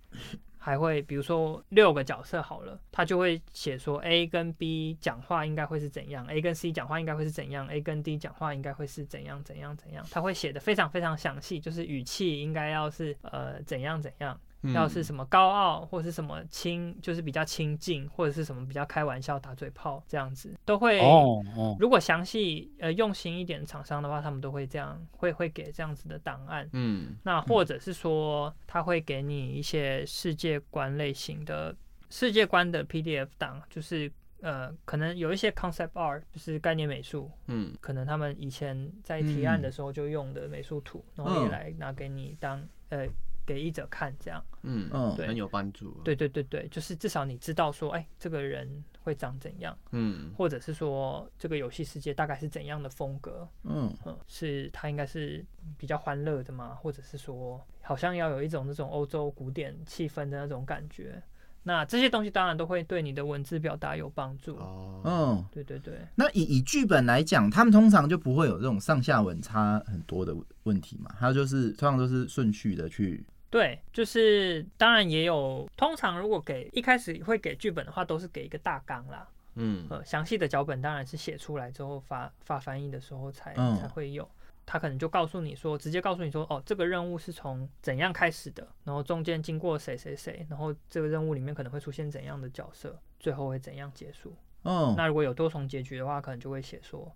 Speaker 4: 还会，比如说六个角色好了，他就会写说 A 跟 B 讲话应该会是怎样，A 跟 C 讲话应该会是怎样，A 跟 D 讲话应该会是怎样怎样怎样，他会写的非常非常详细，就是语气应该要是呃怎样怎样。
Speaker 3: 嗯
Speaker 4: 要是什么高傲，或是什么亲，就是比较亲近，或者是什么比较开玩笑、打嘴炮这样子，都会
Speaker 1: 哦哦，
Speaker 4: 如果详细呃用心一点的厂商的话，他们都会这样，会会给这样子的档案。
Speaker 3: 嗯，
Speaker 4: 那或者是说，他会给你一些世界观类型的世界观的 PDF 档，就是呃，可能有一些 concept art，就是概念美术，
Speaker 3: 嗯，
Speaker 4: 可能他们以前在提案的时候就用的美术图，然后也来拿给你当呃给译者看这样。
Speaker 3: 嗯，嗯，
Speaker 2: 嗯，
Speaker 4: 对
Speaker 3: 很有帮助，，
Speaker 4: 对对对对，就是至少你知道说，哎，这个人会长怎样，
Speaker 3: 嗯，
Speaker 4: 或者是说这个游戏世界大概是怎样的风格，
Speaker 2: 嗯
Speaker 4: 嗯，是它应该是比较欢乐的嘛，或者是说好像要有一种那种欧洲古典气氛的那种感觉。那这些东西当然都会对你的文字表达有帮助。
Speaker 3: 哦，
Speaker 2: 嗯。
Speaker 4: 对对对，
Speaker 2: 那以以剧本来讲，他们通常就不会有这种上下文差很多的问题嘛，他就是通常都是顺序的去，
Speaker 4: 对，就是当然也有，通常如果给一开始会给剧本的话，都是给一个大纲啦。
Speaker 3: 嗯，
Speaker 4: 呃，详细的脚本当然是写出来之后发发翻译的时候才、
Speaker 2: 嗯
Speaker 4: 才会有。他可能就告诉你说，直接告诉你说，哦，这个任务是从怎样开始的，然后中间经过谁谁谁，然后这个任务里面可能会出现怎样的角色，最后会怎样结束。
Speaker 2: 嗯
Speaker 4: 那如果有多重结局的话，可能就会写说，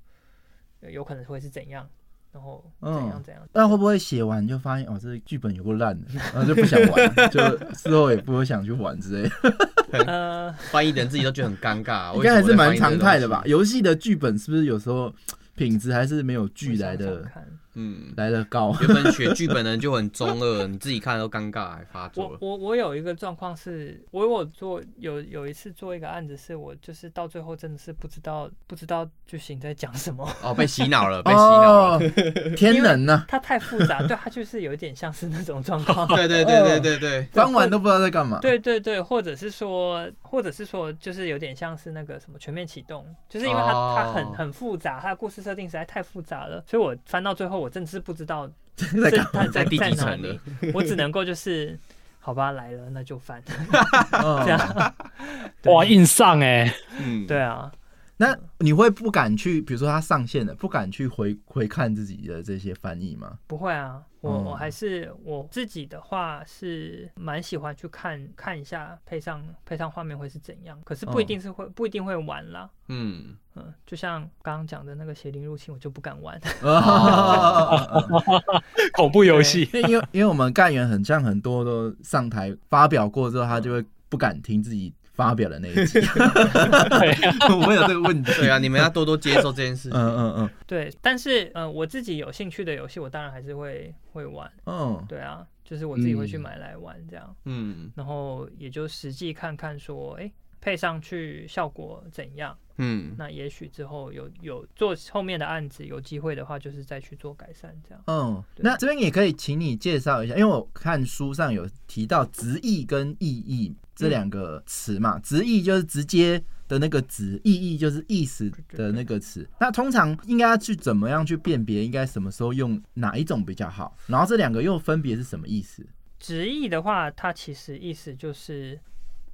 Speaker 4: 呃有可能会是怎样，然后怎
Speaker 2: 嗯
Speaker 4: 样怎样。
Speaker 2: 但会不会写完就发现哦，这剧本有够烂的， 然后就不想 玩，就事后也不会想去玩之类的。
Speaker 4: 呃，
Speaker 3: 翻译的人自己都觉得很尴尬、啊。
Speaker 2: 应该还是蛮常态的吧？
Speaker 3: 为
Speaker 2: 游戏的剧本是不是有时候品质还是没有 剧来
Speaker 4: 我想想
Speaker 2: 的
Speaker 3: 什么会翻译
Speaker 4: 看
Speaker 3: 这个东西？嗯，
Speaker 2: 来的 高？
Speaker 3: 原本写剧本的人就很中二，你自己看都尴尬，还发作
Speaker 4: 我
Speaker 3: 了。
Speaker 4: 我我有一个状况是，我有做有有一次做一个案子，是我就是到最后真的是不知道不知道剧情在讲什么，
Speaker 3: 哦，被洗 脑了，被洗脑了。，
Speaker 2: 哦天能呢、
Speaker 4: 它太复杂，对它就是有一点像是那种状 况。
Speaker 3: 对对对对对对，
Speaker 2: 翻完都不知道在干嘛。
Speaker 4: 对对对，或者是说，或者是说，就是有点像是那个什么全面启动，就是因为它、它很
Speaker 3: 哦
Speaker 4: 很复杂，它的故事设定实在太复杂了，所以我翻到最后，我真的是不知 道
Speaker 2: 在
Speaker 4: 这
Speaker 2: 干
Speaker 4: 它在
Speaker 3: 在第
Speaker 4: 在
Speaker 3: 几
Speaker 4: 哪
Speaker 3: 层
Speaker 4: 里
Speaker 3: 了？，
Speaker 4: 我只能够就是好吧，来了那 就翻
Speaker 2: 嘛？
Speaker 3: 哦
Speaker 4: 这
Speaker 2: 嗯、
Speaker 4: 样。
Speaker 1: 哇，
Speaker 4: 对
Speaker 1: 硬上哎、
Speaker 3: 嗯，
Speaker 4: 对啊，
Speaker 2: 那你会不敢去，比如说它上线了，不敢去回回看自己的这些翻译吗？
Speaker 4: 不会啊，我、
Speaker 2: 嗯
Speaker 4: 我还是我自己的话是蛮喜欢去看看一下，配上配上画面会是怎样，可是不一
Speaker 2: 嗯
Speaker 4: 定是会、不一定会玩啦。
Speaker 3: 嗯，
Speaker 4: 嗯，就像刚刚讲的那个邪灵入侵，我就不敢玩。
Speaker 2: 哦，
Speaker 1: 恐怖游戏，
Speaker 2: 因为因为因为我们干员很像很多都上台发表过之后，他就会不敢听自己发表的那一 集。
Speaker 1: 啊
Speaker 2: 我有这个问题。
Speaker 3: 对啊，你们要多多接受这件事。
Speaker 2: 嗯嗯嗯
Speaker 4: 对，但是呃，我自己有兴趣的游戏，我当然还是会会玩。
Speaker 2: 嗯，
Speaker 4: 对啊，就是我自己会去
Speaker 1: 嗯
Speaker 4: 买来玩这样，
Speaker 3: 嗯
Speaker 4: 然后也就实际看看说，哎、配上去效果怎样？
Speaker 3: 嗯，
Speaker 4: 那也许之后有有做后面的案子，有机会的话，就是再去做改善这样。
Speaker 2: 嗯，
Speaker 4: 对
Speaker 2: 那这边也可以请你介绍一下，因为我看书上有提到直译跟意译
Speaker 4: 嗯
Speaker 2: 这两个词嘛，直译就是直接的那个直，意译就是意思的那个词。那通常应该要去怎么样去辨别，应该什么时候用哪一种比较好？然后这两个又分别是什么意思？
Speaker 4: 直译的话，它其实意思就是，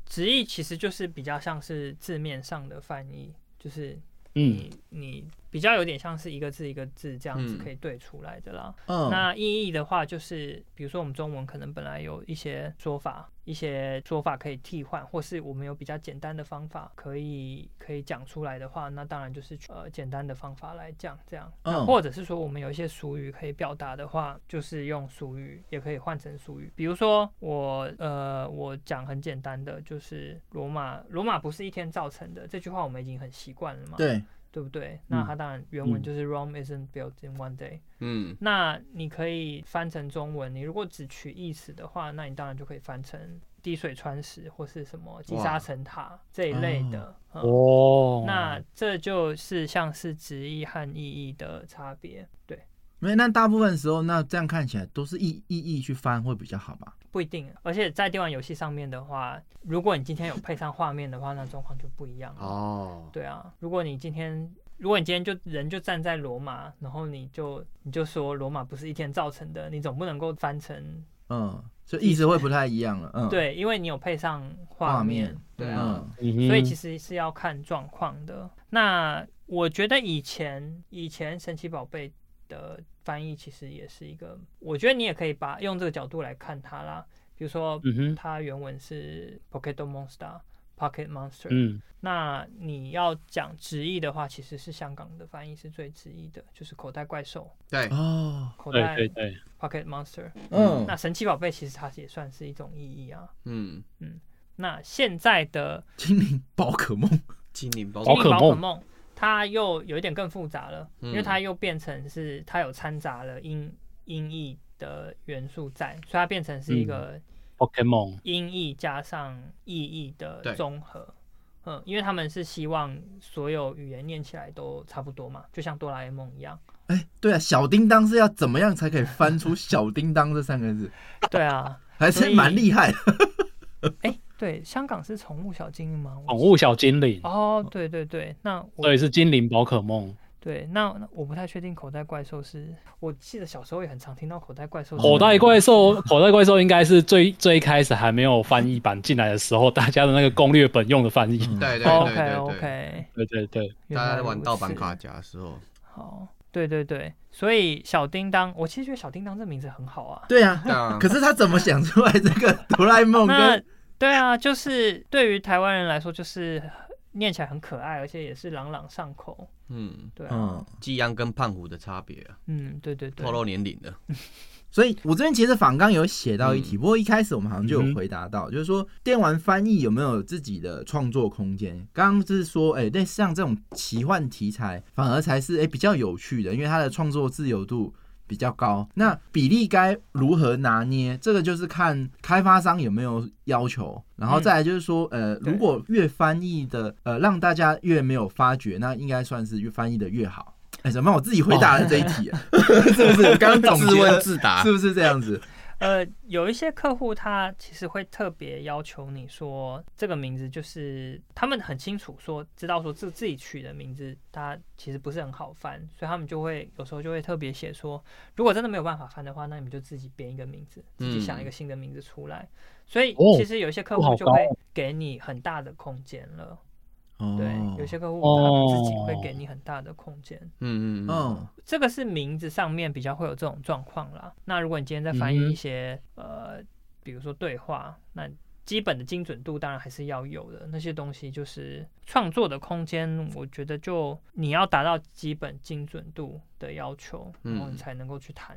Speaker 4: 直译其实就是比较像是字面上的翻译，就是
Speaker 1: 嗯，
Speaker 4: 你、你比较有点像是一个字一个字这样子
Speaker 3: 嗯
Speaker 4: 可以对出来的啦。
Speaker 2: 嗯，
Speaker 4: 那意译的话，就是比如说我们中文可能本来有一些说法，一些说法可以替换，或是我们有比较简单的方法可以可以讲出来的话，那当然就是呃简单的方法来讲这样。那
Speaker 2: 嗯
Speaker 4: 或者是说我们有一些俗语可以表达的话，就是用俗语，也可以换成俗语。比如说我呃我讲很简单的，就是罗马罗马不是一天造成的这句话，我们已经很习惯了嘛，
Speaker 2: 对，嗯
Speaker 4: 对不对？那它当然原文
Speaker 1: 嗯
Speaker 4: 就是 Rome isn't built in one day。
Speaker 3: 嗯
Speaker 4: 那你可以翻成中文，你如果只取意思的话，那你当然就可以翻成滴水穿石或是什么积沙成塔这一类的。嗯
Speaker 1: 哦，
Speaker 4: 那这就是像是直译和意译的差别，对，
Speaker 2: 因为那大部分时候，那这样看起来都是意意译去翻会比较好吧？
Speaker 4: 不一定。而且在电玩游戏上面的话，如果你今天有配上画面的话，那状况就不一样了。
Speaker 3: 哦，
Speaker 4: 对啊，如果你今天，如果你今天就人就站在罗马，然后你就你就说罗马不是一天造成的，你总不能够翻成
Speaker 2: 嗯，所以意思会不太一样了。嗯，，
Speaker 4: 对，因为你有配上画
Speaker 2: 画面
Speaker 4: 面，对啊，
Speaker 2: 嗯
Speaker 1: 嗯
Speaker 4: 所以其
Speaker 1: 实
Speaker 4: 实是要看状况的。那我觉得以前以前神奇宝贝的翻译其实也是一个，我觉得你也可以把用这个角度来看它啦。比如说，
Speaker 1: 嗯哼
Speaker 4: 它原文是 Pocket Monster。Pocket Monster，、
Speaker 1: 嗯
Speaker 4: 那你要讲直译的话，其实是香港的翻译是最直译的，就是口袋怪兽，
Speaker 3: 对，
Speaker 2: 哦，
Speaker 4: 口
Speaker 1: 对
Speaker 4: 袋
Speaker 1: 对对，
Speaker 4: Pocket Monster。
Speaker 2: 嗯
Speaker 4: 那神奇宝贝其实它也算是一种意译啊。
Speaker 3: 嗯，
Speaker 4: 那现在的
Speaker 2: 精灵宝可梦，
Speaker 3: 精灵包
Speaker 1: 宝
Speaker 4: 精
Speaker 1: 可
Speaker 4: 灵宝可
Speaker 1: 梦
Speaker 4: 梦，它又有一点更复杂了，因为
Speaker 3: 嗯
Speaker 4: 它又变成是它有掺杂了音音译的元素在，所以它变成是一
Speaker 1: 嗯
Speaker 4: 个
Speaker 1: Pokemon
Speaker 4: 音译加上意译的
Speaker 3: 对
Speaker 4: 综合。嗯，因为他们是希望所有语言念起来都差不多嘛，就像哆啦 A 梦 一样。
Speaker 2: 哎、对啊，小叮当是要怎么样才可以翻出“小叮当”这三个 字？
Speaker 4: 对啊，
Speaker 2: 还
Speaker 4: 所
Speaker 2: 是
Speaker 4: 以
Speaker 2: 蛮厉害的。
Speaker 4: 哎、对，香港是宠物小精灵吗？我
Speaker 1: 宠物小精灵，
Speaker 4: 哦，对对对，那我
Speaker 1: 所以是精灵宝可梦，
Speaker 4: 对那那我不太确定口袋怪兽是，我记得小时候也很常听到口袋怪兽是
Speaker 1: 口袋怪兽，口袋怪兽应该是最最一开始还没有翻译版进来的时候，大家的那个攻略本用的翻译。
Speaker 3: 对对对
Speaker 4: OK
Speaker 3: 对对，
Speaker 4: OK，
Speaker 1: 对对对，
Speaker 4: 原
Speaker 3: 大家
Speaker 4: 来
Speaker 3: 在玩
Speaker 4: 如
Speaker 3: 盗版
Speaker 4: 此
Speaker 3: 卡夹的时候，
Speaker 4: 好。对对对，所以小叮当，我其实觉得小叮当这名字很好啊。
Speaker 2: 对啊，
Speaker 3: 啊
Speaker 2: 可是他怎么想出来这个哆啦 A
Speaker 3: 哦
Speaker 2: 梦
Speaker 4: 那
Speaker 2: 跟
Speaker 4: 对啊，就是对于台湾人来说，就是念起来很可爱，而且也是朗朗上口。
Speaker 3: 嗯，
Speaker 4: 对啊，
Speaker 2: 嗯？
Speaker 3: 季安跟胖虎的差别啊，
Speaker 4: 嗯，对对对
Speaker 3: 透，露年龄了。
Speaker 2: 所以我这边其实仿纲有写到一题，不过一开始我们好像
Speaker 1: 嗯
Speaker 2: 就有
Speaker 1: 哼
Speaker 2: 回答到，就是说电玩翻译有没有自己的创作空间？刚刚就是说，哎、类似像这种奇幻题材，反而才是哎、比较有趣的，因为它的创作自由度。比较高，那比例该如何拿捏？这个就是看开发商有没有要求，然后
Speaker 4: 嗯
Speaker 2: 再来就是说，呃，
Speaker 4: 对
Speaker 2: 如果越翻译的呃让大家越没有发觉，那应该算是越翻译的越好。哎、怎么办？我自己回答了这一题、啊， 是不是？我刚刚总
Speaker 3: 自
Speaker 2: 结了
Speaker 3: 问自答
Speaker 2: 是，不是这样子？
Speaker 4: 呃，有一些客户他其实会特别要求你说这个名字，就是他们很清楚说知道说自自己取的名字，它其实不是很好翻，所以他们就会有时候就会特别写说，如果真的没有办法翻的话，那你们就自己编一个名字，自己想一个新的名字出来。所以
Speaker 1: 嗯哦
Speaker 4: 其实有一些客
Speaker 1: 这好
Speaker 4: 户就
Speaker 1: 高
Speaker 4: 会
Speaker 1: 哦
Speaker 4: 给你很大的空间了，
Speaker 2: 哦
Speaker 4: 对，有些客户
Speaker 1: 哦
Speaker 4: 他自己会给你很大的空间。
Speaker 3: 嗯嗯嗯，
Speaker 2: 嗯，
Speaker 4: 这个是名字上面比较会有这种状况啦。那如果你今天在翻
Speaker 1: 嗯
Speaker 4: 译
Speaker 1: 哼
Speaker 4: 一些、呃，比如说对话，那基本的精准度当然还是要有的。那些东西就是创作的空间，我觉得就你要达到基本精准度的要求，
Speaker 3: 嗯
Speaker 4: 然后你才能够去谈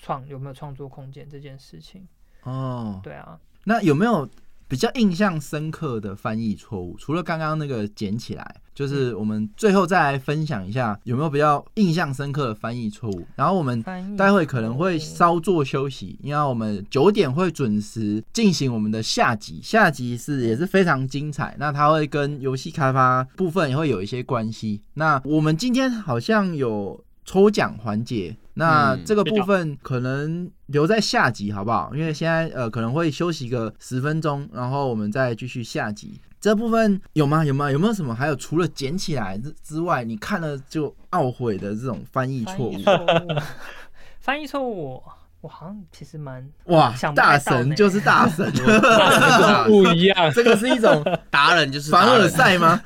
Speaker 4: 创有没有创作空间这件事情。
Speaker 2: 哦，
Speaker 4: 对啊，
Speaker 2: 那有没有比较印象深刻的翻译错误？除了刚刚那个捡起来，
Speaker 4: 嗯
Speaker 2: 就是我们最后再来分享一下有没有比较印象深刻的翻译错误。然后我们
Speaker 4: 翻译
Speaker 2: 待会可能会
Speaker 4: 错误
Speaker 2: 稍作休息，因为我们九点会准时进行我们的下集，下集是也是非常精彩。那它会跟游戏开发部分也会有一些关系。那我们今天好像有抽奖环节，那
Speaker 3: 嗯
Speaker 2: 这个部分可能留在下集好不好？因为现在呃可能会休息个十分钟，然后我们再继续下集。这部分有吗？有吗？有没有什么？还有除了捡起来之之外，你看了就懊悔的这种翻译
Speaker 4: 翻
Speaker 2: 错误
Speaker 4: 译？错误，翻译错误我，我好像其实蛮
Speaker 2: 哇
Speaker 4: 想，不
Speaker 2: 大
Speaker 4: 太到
Speaker 2: 神
Speaker 4: 呢
Speaker 2: 就是大神，
Speaker 3: 啊
Speaker 1: 不一 样，
Speaker 2: 这个是一种
Speaker 3: 达人就
Speaker 2: 哦
Speaker 3: 是
Speaker 2: 凡
Speaker 3: 达
Speaker 2: 尔
Speaker 3: 人，
Speaker 2: 赛 吗？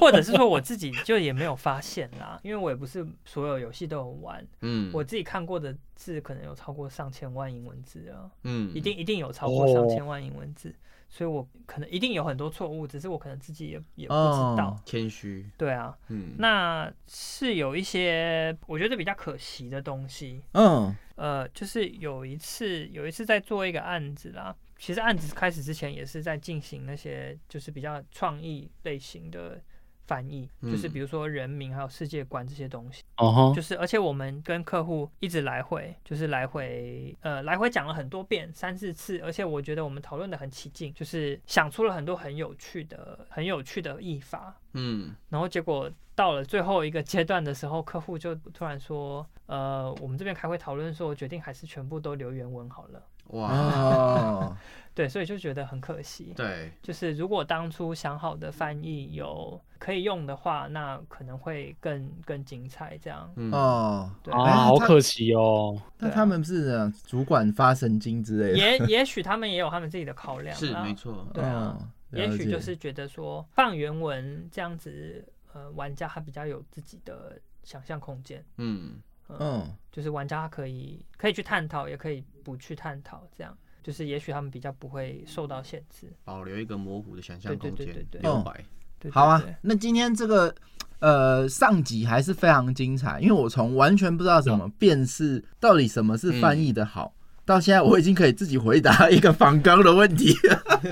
Speaker 4: 或者是说我自己就也没有发现啦，因为我也不是所有游戏都有玩，
Speaker 3: 嗯，
Speaker 4: 我自己看过的字可能有超过上千万英文字啊，
Speaker 3: 嗯
Speaker 4: 一定一定有超过上千万英文字，所以我可能一定有很多错误，只是我可能自己也也不知道。
Speaker 2: 哦
Speaker 3: 谦虚，
Speaker 4: 对啊，
Speaker 3: 嗯，
Speaker 4: 那是有一些我觉得比较可惜的东西，
Speaker 2: 嗯，
Speaker 4: 呃，就是有一次有一次在做一个案子啦，其实案子开始之前也是在进行那些就是比较创意类型的翻译，就是
Speaker 3: 嗯
Speaker 4: 比如说人名还有世界观这些东西，
Speaker 1: 哦吼
Speaker 4: 就是而且我们跟客户一直来回，就是来回呃来回讲了很多遍，三四次，而且我觉得我们讨论的很起劲，就是想出了很多很有趣的很有趣的译法，
Speaker 3: 嗯
Speaker 4: 然后结果到了最后一个阶段的时候，客户就突然说：“呃，我们这边开会讨论说，决定还是全部都留原文好了。
Speaker 3: 哇，
Speaker 2: 哦，”
Speaker 4: 对，所以就觉得很可惜。
Speaker 3: 对，
Speaker 4: 就是如果当初想好的翻译有可以用的话，那可能会更更精彩。这样，
Speaker 3: 嗯
Speaker 2: 哦，
Speaker 4: 对，
Speaker 2: 哎
Speaker 1: 啊，好可惜哦。
Speaker 2: 那他们是呃主管发神经之类的，
Speaker 4: 也也许他们也有他们自己的考量
Speaker 3: 是
Speaker 4: 啦
Speaker 3: 没错，
Speaker 4: 对啊
Speaker 2: 哦，
Speaker 4: 也
Speaker 2: 了
Speaker 4: 许
Speaker 2: 解
Speaker 4: 就是觉得说放原文这样子，呃，玩家他比较有自己的想象空间。
Speaker 3: 嗯
Speaker 2: 嗯，
Speaker 4: 就是玩家可以可以去探讨，也可以不去探讨，这样就是也许他们比较不会受到限制。
Speaker 3: 保留一个模糊的想象空
Speaker 4: 对对
Speaker 3: 间，
Speaker 4: 对对对
Speaker 3: 留白，
Speaker 4: 对
Speaker 2: 好啊
Speaker 4: 对对。
Speaker 2: 那今天这个呃上集还是非常精彩，因为我从完全不知道怎么辨识到底什么
Speaker 4: 嗯
Speaker 2: 是翻译的好。到现在我已经可以自己回答一个仿纲的问题了，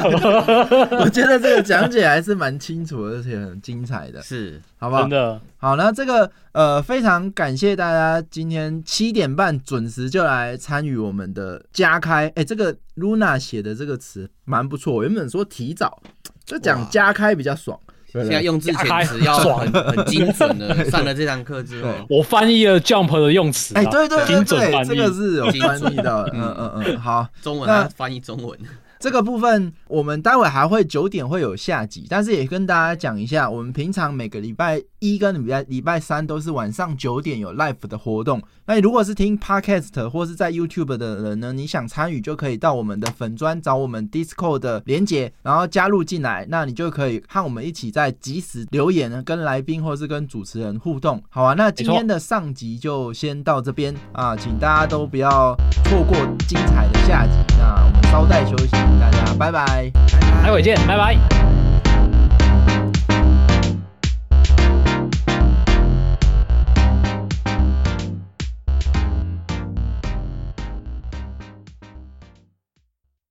Speaker 2: 我觉得这个讲解还是蛮清楚的，而且很精彩的，
Speaker 3: 是，
Speaker 2: 好不 好
Speaker 1: 真？的，
Speaker 2: 好，那这个呃，非常感谢大家今天七点半准时就来参与我们的加开。哎、这个 Luna 写的这个词蛮不错，我原本说提早，就讲
Speaker 3: 哇
Speaker 2: 加开比较爽。对不
Speaker 3: 现在
Speaker 2: 对？
Speaker 3: 用字遣词要很 很精准的，上了这堂课之后，
Speaker 1: 我翻译了 Jump 的用词啊，
Speaker 2: 哎、对对对
Speaker 1: 精准
Speaker 2: 对，
Speaker 1: 翻
Speaker 2: 这
Speaker 1: 译
Speaker 2: 个是有
Speaker 3: 精准
Speaker 2: 翻译到的，嗯嗯嗯，好，
Speaker 3: 中文
Speaker 2: 那
Speaker 3: 还要翻译中文，
Speaker 2: 这个部分我们待会还会九点会有下集，但是也跟大家讲一下，我们平常每个礼拜一跟礼拜礼拜三都是晚上九点有 live 的活动。那如果是听 podcast 或是在 YouTube 的人呢，你想参与就可以到我们的粉专找我们 Discord 的连接，然后加入进来，那你就可以和我们一起在即时留言呢，跟来宾或是跟主持人互动。好啊，那今天的上集就先到这边啊，请大家都不要错过精彩的下集。那我们稍待休息，大家拜拜。
Speaker 1: 待会见，拜拜。